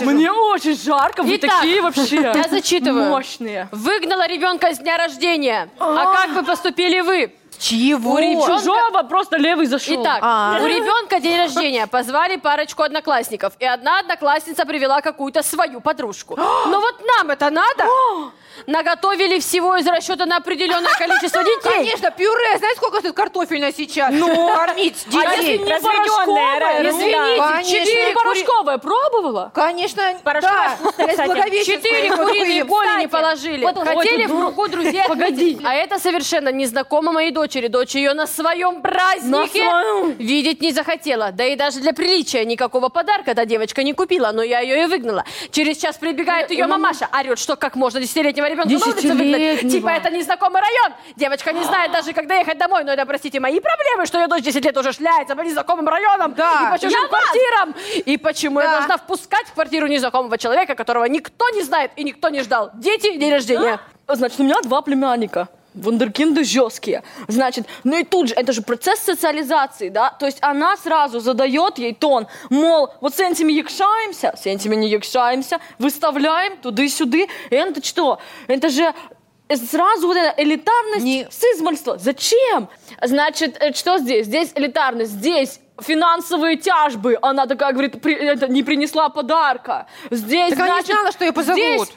Speaker 8: Мне очень жарко, вы
Speaker 1: Итак,
Speaker 8: такие вообще
Speaker 1: я зачитываю.
Speaker 8: мощные.
Speaker 2: А.
Speaker 1: Выгнала ребенка с дня рождения. А как бы поступили вы?
Speaker 2: Чего?
Speaker 1: У ребенка-
Speaker 8: Чужого просто левый зашел.
Speaker 1: Итак,
Speaker 2: А.
Speaker 1: у ребенка день рождения. Позвали парочку одноклассников. И одна одноклассница привела какую-то свою подружку.
Speaker 2: А.
Speaker 1: Но вот нам это надо? Наготовили всего из расчета на определенное количество детей.
Speaker 2: Ну, Конечно, пюре. Знаете, сколько стоит картофельное сейчас? Ну, кормить
Speaker 1: а
Speaker 2: детей.
Speaker 8: не порошковое,
Speaker 2: Конечно.
Speaker 8: извините, четыре порошковое пробовала?
Speaker 2: Конечно,
Speaker 3: Порошок
Speaker 2: да.
Speaker 3: вкусный, кстати.
Speaker 1: Четыре куриные боли не положили.
Speaker 8: вот он,
Speaker 1: Хотели
Speaker 8: ой,
Speaker 1: в руку друзей Погоди. А это совершенно незнакомо моей дочери. Дочь ее на своем празднике видеть не захотела. Да и даже для приличия никакого подарка эта девочка не купила. Но я ее и выгнала. Через час прибегает ее мамаша. Орет, что как можно десятилетнего ребенка на улице выгнать.
Speaker 8: Десятилетнего.
Speaker 1: Типа это незнакомый район. Девочка не знает даже, когда ехать домой. Но это, простите, мои проблемы, что ее дочь 10 лет уже шляется по незнакомым районам.
Speaker 2: Да.
Speaker 1: И по чужим квартирам. И почему я
Speaker 2: Да.
Speaker 1: должна впускать в квартиру незнакомого человека, которого никто не знает и никто не ждал. Дети, день рождения.
Speaker 8: Значит, у меня два племянника. Вундеркинды жесткие. Значит, ну и тут же, это же процесс социализации, да? То есть она сразу задает ей тон, мол, вот с этими якшаемся, с этими не якшаемся, выставляем туды-сюды. И это что? Это же сразу вот эта элитарность
Speaker 2: Не-
Speaker 8: с измальства. Зачем? Значит, э, что здесь? Здесь элитарность, здесь финансовые тяжбы. Она такая говорит, «При- это, не принесла подарка. Здесь,
Speaker 2: Так она не
Speaker 8: значит,
Speaker 2: знала, что её позовут.
Speaker 8: здесь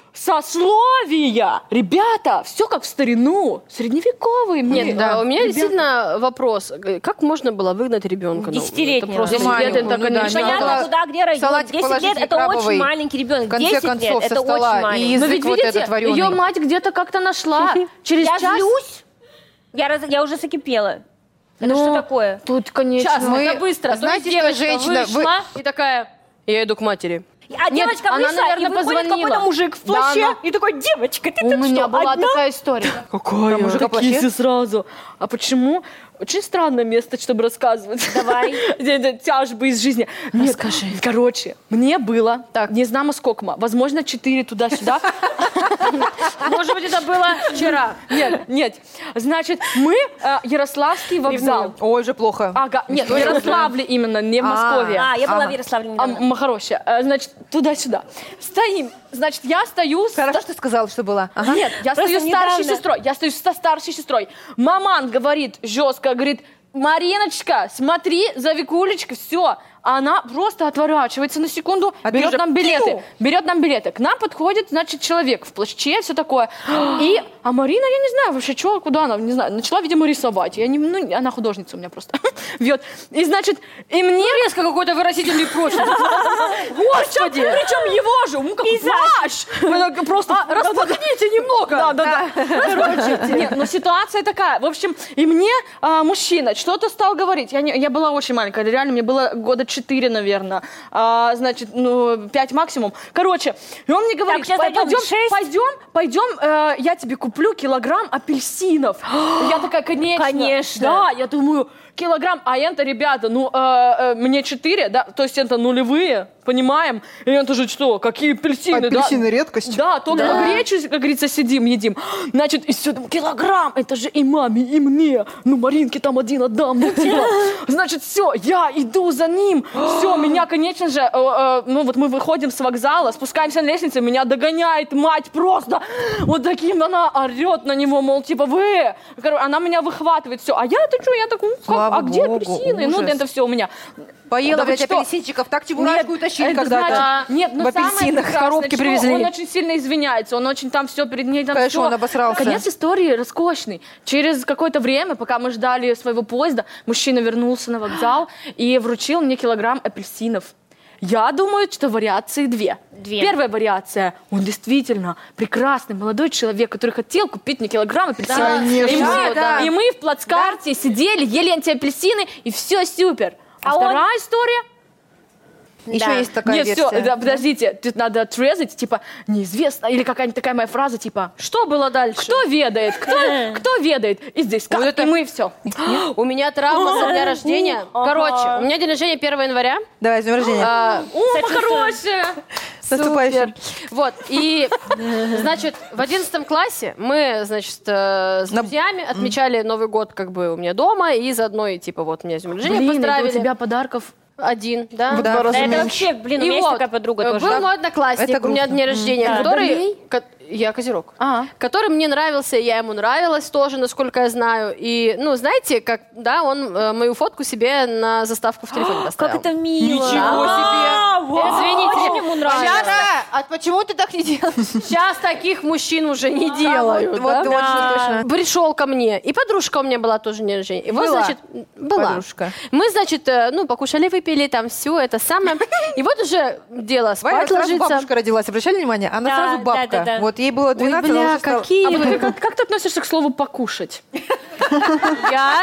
Speaker 8: сословия. Ребята, все как в старину. Средневековые мы.
Speaker 1: Нет, а у меня действительно вопрос. Г- Как можно было выгнать ребенка? Ну,
Speaker 3: Десятилетнего.
Speaker 1: это просто
Speaker 2: Маленького,
Speaker 1: лет, это,
Speaker 2: ну да,
Speaker 1: конечно,
Speaker 2: не
Speaker 3: Понятно,
Speaker 2: Надо
Speaker 3: куда, где район.
Speaker 2: салатик
Speaker 3: 10 лет
Speaker 2: положить и
Speaker 3: это очень
Speaker 2: крабовый.
Speaker 3: маленький
Speaker 2: В
Speaker 3: ребенок.
Speaker 2: конце
Speaker 3: 10
Speaker 2: концов,
Speaker 3: лет
Speaker 2: со
Speaker 3: это очень
Speaker 2: стола и
Speaker 3: маленький.
Speaker 2: из-
Speaker 8: Но
Speaker 2: язык
Speaker 8: ведь
Speaker 2: вот
Speaker 8: видите,
Speaker 2: этот варёный.
Speaker 8: ее мать где-то как-то нашла. Через
Speaker 3: Я
Speaker 8: час.
Speaker 3: злюсь. Я, раз- я уже закипела. Это
Speaker 1: Ну,
Speaker 3: что такое?
Speaker 8: Ну, Тут, конечно.
Speaker 1: час,
Speaker 2: Мы-
Speaker 1: это быстро. То
Speaker 2: знаете,
Speaker 1: есть
Speaker 2: что
Speaker 1: девочка
Speaker 2: женщина- вы-
Speaker 1: вышла и такая, я иду к матери.
Speaker 3: А
Speaker 1: Нет,
Speaker 3: девочка
Speaker 1: она,
Speaker 3: вышла,
Speaker 1: наверное,
Speaker 3: и выходит
Speaker 1: позвонила.
Speaker 3: какой-то мужик в
Speaker 1: Да, ну,
Speaker 3: плаще.
Speaker 1: она-
Speaker 3: И такой, девочка, ты
Speaker 8: У
Speaker 3: тут
Speaker 8: меня
Speaker 3: что,
Speaker 8: была
Speaker 3: одна?
Speaker 8: такая история. Какая?
Speaker 2: мужик
Speaker 8: Такие
Speaker 2: вообще?
Speaker 8: все сразу. А почему? Очень странное место, чтобы рассказывать.
Speaker 3: Давай.
Speaker 8: Где это Тяжбы из жизни. Нет, Расскажи. Короче, мне было, так, не знаю, сколько, ма, возможно, 4 туда-сюда.
Speaker 1: Может быть, это было вчера.
Speaker 8: Нет, нет. Значит, мы э, Ярославский вокзал.
Speaker 2: Ой, же плохо.
Speaker 8: Ага, нет, в Ярославле именно, не в
Speaker 2: А,
Speaker 8: Москве.
Speaker 3: А, я была
Speaker 2: Ага.
Speaker 3: в Ярославле
Speaker 8: А,
Speaker 3: недавно.
Speaker 8: м, хорошая. Э, Значит, туда-сюда. Стоим. Значит, я стою... с-
Speaker 2: Хорошо, что ты сказала, что была. Ага.
Speaker 8: Нет, я
Speaker 3: Просто
Speaker 8: стою старшей
Speaker 3: недавно.
Speaker 8: сестрой. Я стою со старшей сестрой. Маман говорит жестко, говорит, Мариночка, смотри за Викулечкой, все. Она просто отворачивается на секунду,
Speaker 2: А ты
Speaker 8: берет
Speaker 2: же
Speaker 8: нам
Speaker 2: пью.
Speaker 8: билеты. Берет нам билеты. К нам подходит, значит, человек в плаще, все такое. И, а Марина, я не знаю вообще, что, куда она, не знаю, начала, видимо, рисовать. Я не, ну, она художница у меня просто. Вьет. И, значит, и мне... резко какой-то выразительный профиль. Господи! Причем его же, ну, как плащ! Это Просто распахните немного! Да, да, да. Короче, Нет, но ситуация такая. В общем, и мне а, мужчина что-то стал говорить. Я, не- я была очень маленькая, реально, мне было года 4, наверное. А, значит, ну, 5 максимум. Короче, и он мне говорит,
Speaker 3: сейчас
Speaker 8: пойдем,
Speaker 3: дойдем до шесть».
Speaker 8: пойдем, пойдем, э, я тебе куплю килограмм апельсинов. я такая, конечно.
Speaker 3: Конечно.
Speaker 8: Да, я думаю, килограмм, а это, ребята, ну, э, э, мне 4, да, то есть это нулевые, понимаем? И он тоже, что, какие апельсины, да?
Speaker 4: Апельсины редкость.
Speaker 8: Да, только гречу, как говорится, сидим, едим. Значит, и все, килограмм, это же и маме, и мне. Ну, Маринке там один отдам, ну, типа. Значит, все, я иду за ним. Все, меня, конечно же, э, э, ну, вот мы выходим с вокзала, спускаемся на лестницу, меня догоняет мать просто. Вот таким она орет на него, мол, типа, вы. Короче, она меня выхватывает, все. А я, ты что, я так, ну, как,
Speaker 2: Слава
Speaker 8: а где
Speaker 2: богу,
Speaker 8: апельсины? Ну,
Speaker 2: ужас.
Speaker 8: это все у меня.
Speaker 2: Поела,
Speaker 8: Да вы
Speaker 2: блядь,
Speaker 8: что?
Speaker 2: апельсинчиков, так чебурашку
Speaker 8: Нет,
Speaker 2: утащили
Speaker 8: это
Speaker 2: когда-то.
Speaker 8: значит- Нет, но
Speaker 2: В
Speaker 8: самое
Speaker 2: апельсинах
Speaker 8: прекрасное,
Speaker 2: коробки
Speaker 8: что
Speaker 2: привезли.
Speaker 8: Он очень сильно извиняется, он очень там все перед ней там
Speaker 2: Конечно,
Speaker 8: всё.
Speaker 2: он обосрался.
Speaker 8: Конец истории роскошный. Через какое-то время, пока мы ждали своего поезда, мужчина вернулся на вокзал и вручил мне килограмм апельсинов. Я думаю, что вариации две.
Speaker 3: Две.
Speaker 8: Первая вариация. Он действительно прекрасный молодой человек, который хотел купить мне килограмм апельсинов.
Speaker 4: Конечно.
Speaker 8: И,
Speaker 2: Да,
Speaker 8: мы,
Speaker 2: да.
Speaker 8: и мы в плацкарте сидели, ели эти апельсины, и все супер. А,
Speaker 3: А он-
Speaker 8: вторая история.
Speaker 2: Еще
Speaker 3: Да.
Speaker 2: есть такая
Speaker 8: Нет, все,
Speaker 2: версия.
Speaker 8: подождите, тут надо отрезать, типа, неизвестно, или какая-нибудь такая моя фраза, типа,
Speaker 1: Что было дальше?
Speaker 8: кто ведает, кто, кто ведает, и здесь, как, и мы все.
Speaker 1: У меня травма со дня рождения. Короче, у меня день рождения 1 января.
Speaker 2: Давай, с днем рождения.
Speaker 1: А,
Speaker 8: О, хорошая!
Speaker 2: С наступающим.
Speaker 1: Вот, и, значит, в 11 классе мы, значит, э, с
Speaker 2: На-
Speaker 1: друзьями отмечали Новый год как бы у меня дома, и заодно, и типа, вот, у меня с днем рождения
Speaker 8: Блин, это у
Speaker 1: поздравили.
Speaker 8: тебя подарков.
Speaker 1: Один, да?
Speaker 2: В два раза
Speaker 3: Да Это
Speaker 2: меньше.
Speaker 3: вообще, блин,
Speaker 1: И
Speaker 3: у меня есть
Speaker 1: вот,
Speaker 3: такая подруга
Speaker 1: э,
Speaker 3: тоже.
Speaker 1: Был мой одноклассник,
Speaker 2: Это
Speaker 1: у меня
Speaker 2: грустно.
Speaker 1: день рождения, который... ко-
Speaker 5: Я козерог.
Speaker 8: А,
Speaker 1: который мне нравился, и я ему нравилась тоже, насколько я знаю. И, ну, знаете, как, да, он э, мою фотку себе на заставку в телефоне
Speaker 3: А, Как
Speaker 1: поставил. Э,
Speaker 3: это мило.
Speaker 5: Ничего
Speaker 1: А,
Speaker 5: себе.
Speaker 1: Извините,
Speaker 3: Очень ему нравится.
Speaker 2: Яна, а почему ты так не делаешь?
Speaker 1: Сейчас таких мужчин уже не делают.
Speaker 2: А, вот
Speaker 1: да?
Speaker 2: точно, точно.
Speaker 1: Пришел ко мне, и подружка у меня была тоже не рождения. И вот,
Speaker 2: Была.
Speaker 1: значит, была.
Speaker 2: Подружка.
Speaker 1: Мы, значит, э, ну, покушали, выпили, там все это самое. И вот уже дело
Speaker 2: Варя
Speaker 1: спать
Speaker 2: сразу
Speaker 1: ложиться.
Speaker 2: бабушка родилась, обращали внимание? Она
Speaker 3: Да,
Speaker 2: сразу бабка.
Speaker 3: да, да, да.
Speaker 2: Вот ей было 12,
Speaker 1: Ой,
Speaker 2: она
Speaker 1: бля,
Speaker 2: уже стала-
Speaker 1: какие
Speaker 8: а вот
Speaker 1: вы-
Speaker 8: ты как, как ты относишься к слову покушать?
Speaker 1: Я...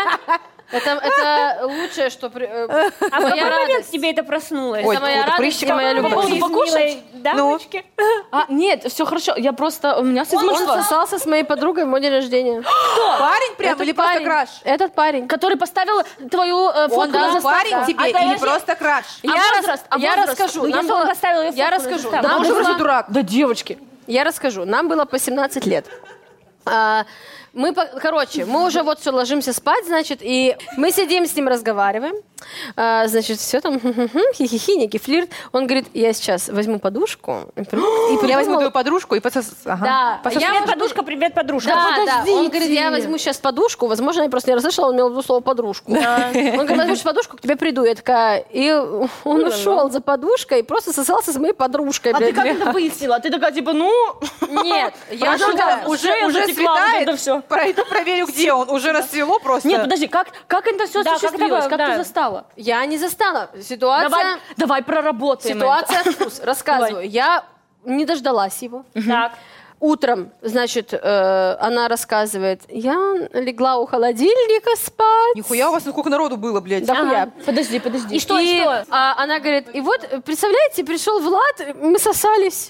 Speaker 1: Это, это лучшее, что... при- э,
Speaker 3: А в
Speaker 1: моя
Speaker 3: какой момент
Speaker 1: радость.
Speaker 3: тебе это проснулось?
Speaker 1: Это моя радость и моя
Speaker 8: По
Speaker 1: любовь. Ну.
Speaker 8: поводу
Speaker 3: Из
Speaker 8: покушать?
Speaker 3: милой дамочки.
Speaker 8: А, нет, все хорошо. Я просто. У меня
Speaker 1: Он
Speaker 8: соизмышленство.
Speaker 1: сосался с моей подругой в мой день рождения.
Speaker 2: Парень прям
Speaker 1: Этот
Speaker 2: или просто
Speaker 1: парень.
Speaker 2: краш?
Speaker 1: Этот парень.
Speaker 8: Который поставил твою э, фотку
Speaker 2: Он
Speaker 8: на
Speaker 2: был
Speaker 8: заставку. А,
Speaker 2: парень тебе или
Speaker 3: подожди.
Speaker 2: просто краш?
Speaker 3: А
Speaker 1: Я, рас- я расскажу.
Speaker 3: Ну,
Speaker 1: Нам
Speaker 3: если он
Speaker 1: было-
Speaker 3: поставил
Speaker 1: я
Speaker 3: её фотку на
Speaker 1: расскажу.
Speaker 3: заставку.
Speaker 1: Нам
Speaker 2: Может,
Speaker 1: было-
Speaker 2: просто дурак?
Speaker 8: Да, девочки.
Speaker 1: Я расскажу. Нам было по 17 лет. А, мы, по- короче, мы уже вот все ложимся спать, значит, и мы сидим с ним, разговариваем. А, значит, все там, хихихи, некий флирт. Он говорит, я сейчас возьму подушку. и при- и
Speaker 2: Я возьму
Speaker 1: придумал-
Speaker 2: твою подружку и посос... ага.
Speaker 1: Да,
Speaker 2: Посос-
Speaker 1: я
Speaker 3: Привет,
Speaker 1: уже-
Speaker 3: подружка, привет, подружка.
Speaker 1: Да, да, он
Speaker 8: подождите.
Speaker 1: говорит, я возьму сейчас подушку. Возможно, я просто не расслышала, он имел в виду слово подушку. Он говорит, возьмешь подушку, к тебе приду. Я такая, и он ушел за подушкой и просто сосался с моей подружкой.
Speaker 8: А ты
Speaker 1: блядь.
Speaker 8: как это выяснила? Ты такая, типа, ну,
Speaker 1: Нет, я
Speaker 8: Пошла,
Speaker 1: шла.
Speaker 8: уже, уже
Speaker 2: светает.
Speaker 8: текла, вот это все.
Speaker 2: Пройду, проверю, где он. Уже расцвело просто.
Speaker 8: Нет, подожди, как, как это все
Speaker 3: Да, как
Speaker 8: осуществилось?
Speaker 3: это,
Speaker 8: Как,
Speaker 3: да.
Speaker 8: ты застала?
Speaker 1: Я не застала. Ситуация...
Speaker 8: Давай, давай проработаем.
Speaker 1: Ситуация вкус. Рассказываю. Я не дождалась его.
Speaker 3: Так.
Speaker 1: Утром, значит, э, она рассказывает, я легла у холодильника спать.
Speaker 2: Нихуя у вас ну, сколько народу было, блядь.
Speaker 1: Да хуя.
Speaker 8: это. Подожди, подожди.
Speaker 3: И что, и что?
Speaker 1: а, она говорит, и вот, э, представляете, пришел Влад, мы сосались.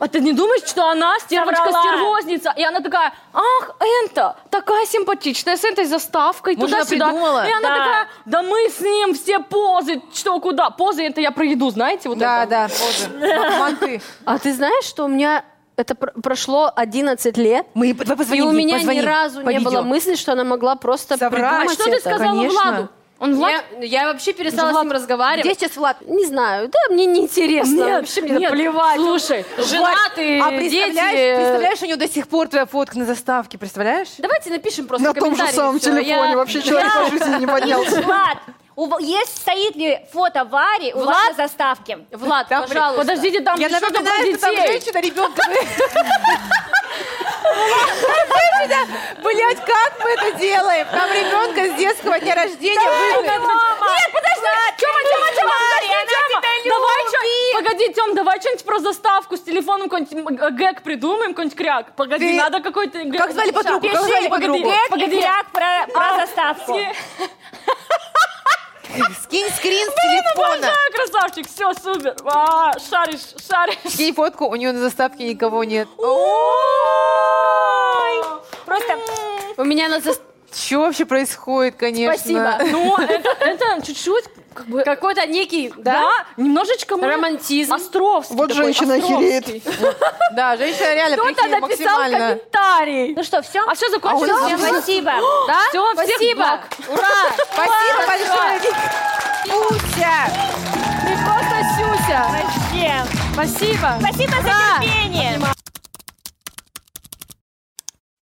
Speaker 8: А ты не думаешь, что она
Speaker 3: Соврала.
Speaker 8: стервочка-стервозница? И она такая, ах, Энта, такая симпатичная, с этой заставкой
Speaker 5: Может, она
Speaker 8: туда-сюда.
Speaker 5: придумала?
Speaker 8: И она
Speaker 3: Да.
Speaker 8: такая, да мы с ним все позы, что куда. Позы, это я про еду, знаете? Вот
Speaker 2: Да,
Speaker 8: это.
Speaker 2: да, тоже. Манты.
Speaker 1: А ты знаешь, что у меня это пр- прошло 11 лет,
Speaker 2: Мы давай
Speaker 1: и
Speaker 2: позвоним,
Speaker 1: у меня
Speaker 2: позвоним
Speaker 1: ни разу
Speaker 2: по
Speaker 1: не
Speaker 2: видео.
Speaker 1: было мысли, что она могла просто
Speaker 2: Соврать.
Speaker 1: придумать
Speaker 2: А
Speaker 8: Что ты
Speaker 1: это.
Speaker 8: сказала
Speaker 2: конечно.
Speaker 8: Владу? Он Влад?
Speaker 1: Я, я вообще перестала с ним
Speaker 2: Где
Speaker 1: разговаривать.
Speaker 2: сейчас Влад?
Speaker 1: Не знаю, да, мне неинтересно.
Speaker 8: Нет,
Speaker 1: вообще мне
Speaker 8: нет,
Speaker 1: наплевать.
Speaker 8: Слушай,
Speaker 1: Женатые,
Speaker 2: А представляешь,
Speaker 1: дети.
Speaker 2: представляешь, у него до сих пор твоя фотка на заставке, представляешь?
Speaker 1: Давайте напишем просто
Speaker 4: На том же
Speaker 1: комментарий,
Speaker 4: самом
Speaker 1: всё.
Speaker 4: телефоне
Speaker 1: Я-
Speaker 4: вообще человек по жизни не поднялся.
Speaker 3: Влад, у ва- есть, стоит ли фото Вари у вас на заставке?
Speaker 1: Влад, пожалуйста.
Speaker 8: подождите, там
Speaker 2: Я
Speaker 8: что-то про
Speaker 2: напоминаю, что там
Speaker 8: детей.
Speaker 2: женщина, ребенка. Женщина, блядь, как мы это делаем? Там ребенка с детского дня рождения выгнали.
Speaker 8: Нет, подожди! Тёма, Тёма, Тёма, подожди, Тёма! Давай чё- Погоди, Тём, давай что-нибудь про заставку с телефоном какой-нибудь м, гэг придумаем, какой-нибудь кряк. Погоди,
Speaker 2: Ты-
Speaker 8: надо какой-то... гэг.
Speaker 2: Как звали подругу? Как
Speaker 8: Пиши,
Speaker 2: звали
Speaker 8: погоди,
Speaker 2: подругу?
Speaker 8: гэг,
Speaker 3: Погоди,
Speaker 8: погоди. А,
Speaker 3: как про, про заставку?
Speaker 2: Скинь скрин с телефона.
Speaker 8: Обожаю, красавчик, все, супер. А, Шаришь, шаришь.
Speaker 2: Скинь фотку, у нее на заставке никого нет.
Speaker 8: Ой.
Speaker 3: Просто
Speaker 1: У меня на зас-
Speaker 2: Что вообще происходит, конечно?
Speaker 1: Спасибо.
Speaker 8: Ну, это, это чуть-чуть, как бы,
Speaker 1: Какой-то некий, да?
Speaker 8: да, немножечко мы...
Speaker 1: Романтизм.
Speaker 8: Островский
Speaker 4: Вот
Speaker 8: такой,
Speaker 4: женщина
Speaker 8: Островский.
Speaker 4: охереет.
Speaker 2: Да, женщина реально
Speaker 8: Кто-то
Speaker 2: прикинь,
Speaker 8: написал
Speaker 2: максимально.
Speaker 8: комментарий.
Speaker 3: Ну что, все?
Speaker 8: А все закончилось?
Speaker 2: А у
Speaker 3: Всё,
Speaker 2: нас-
Speaker 3: спасибо.
Speaker 1: Да?
Speaker 8: Всё, всех
Speaker 1: Спасибо. Ура.
Speaker 2: Спасибо большое. Пуся.
Speaker 1: Ты просто Сюся.
Speaker 3: Вообще.
Speaker 1: Спасибо.
Speaker 3: Спасибо за терпение.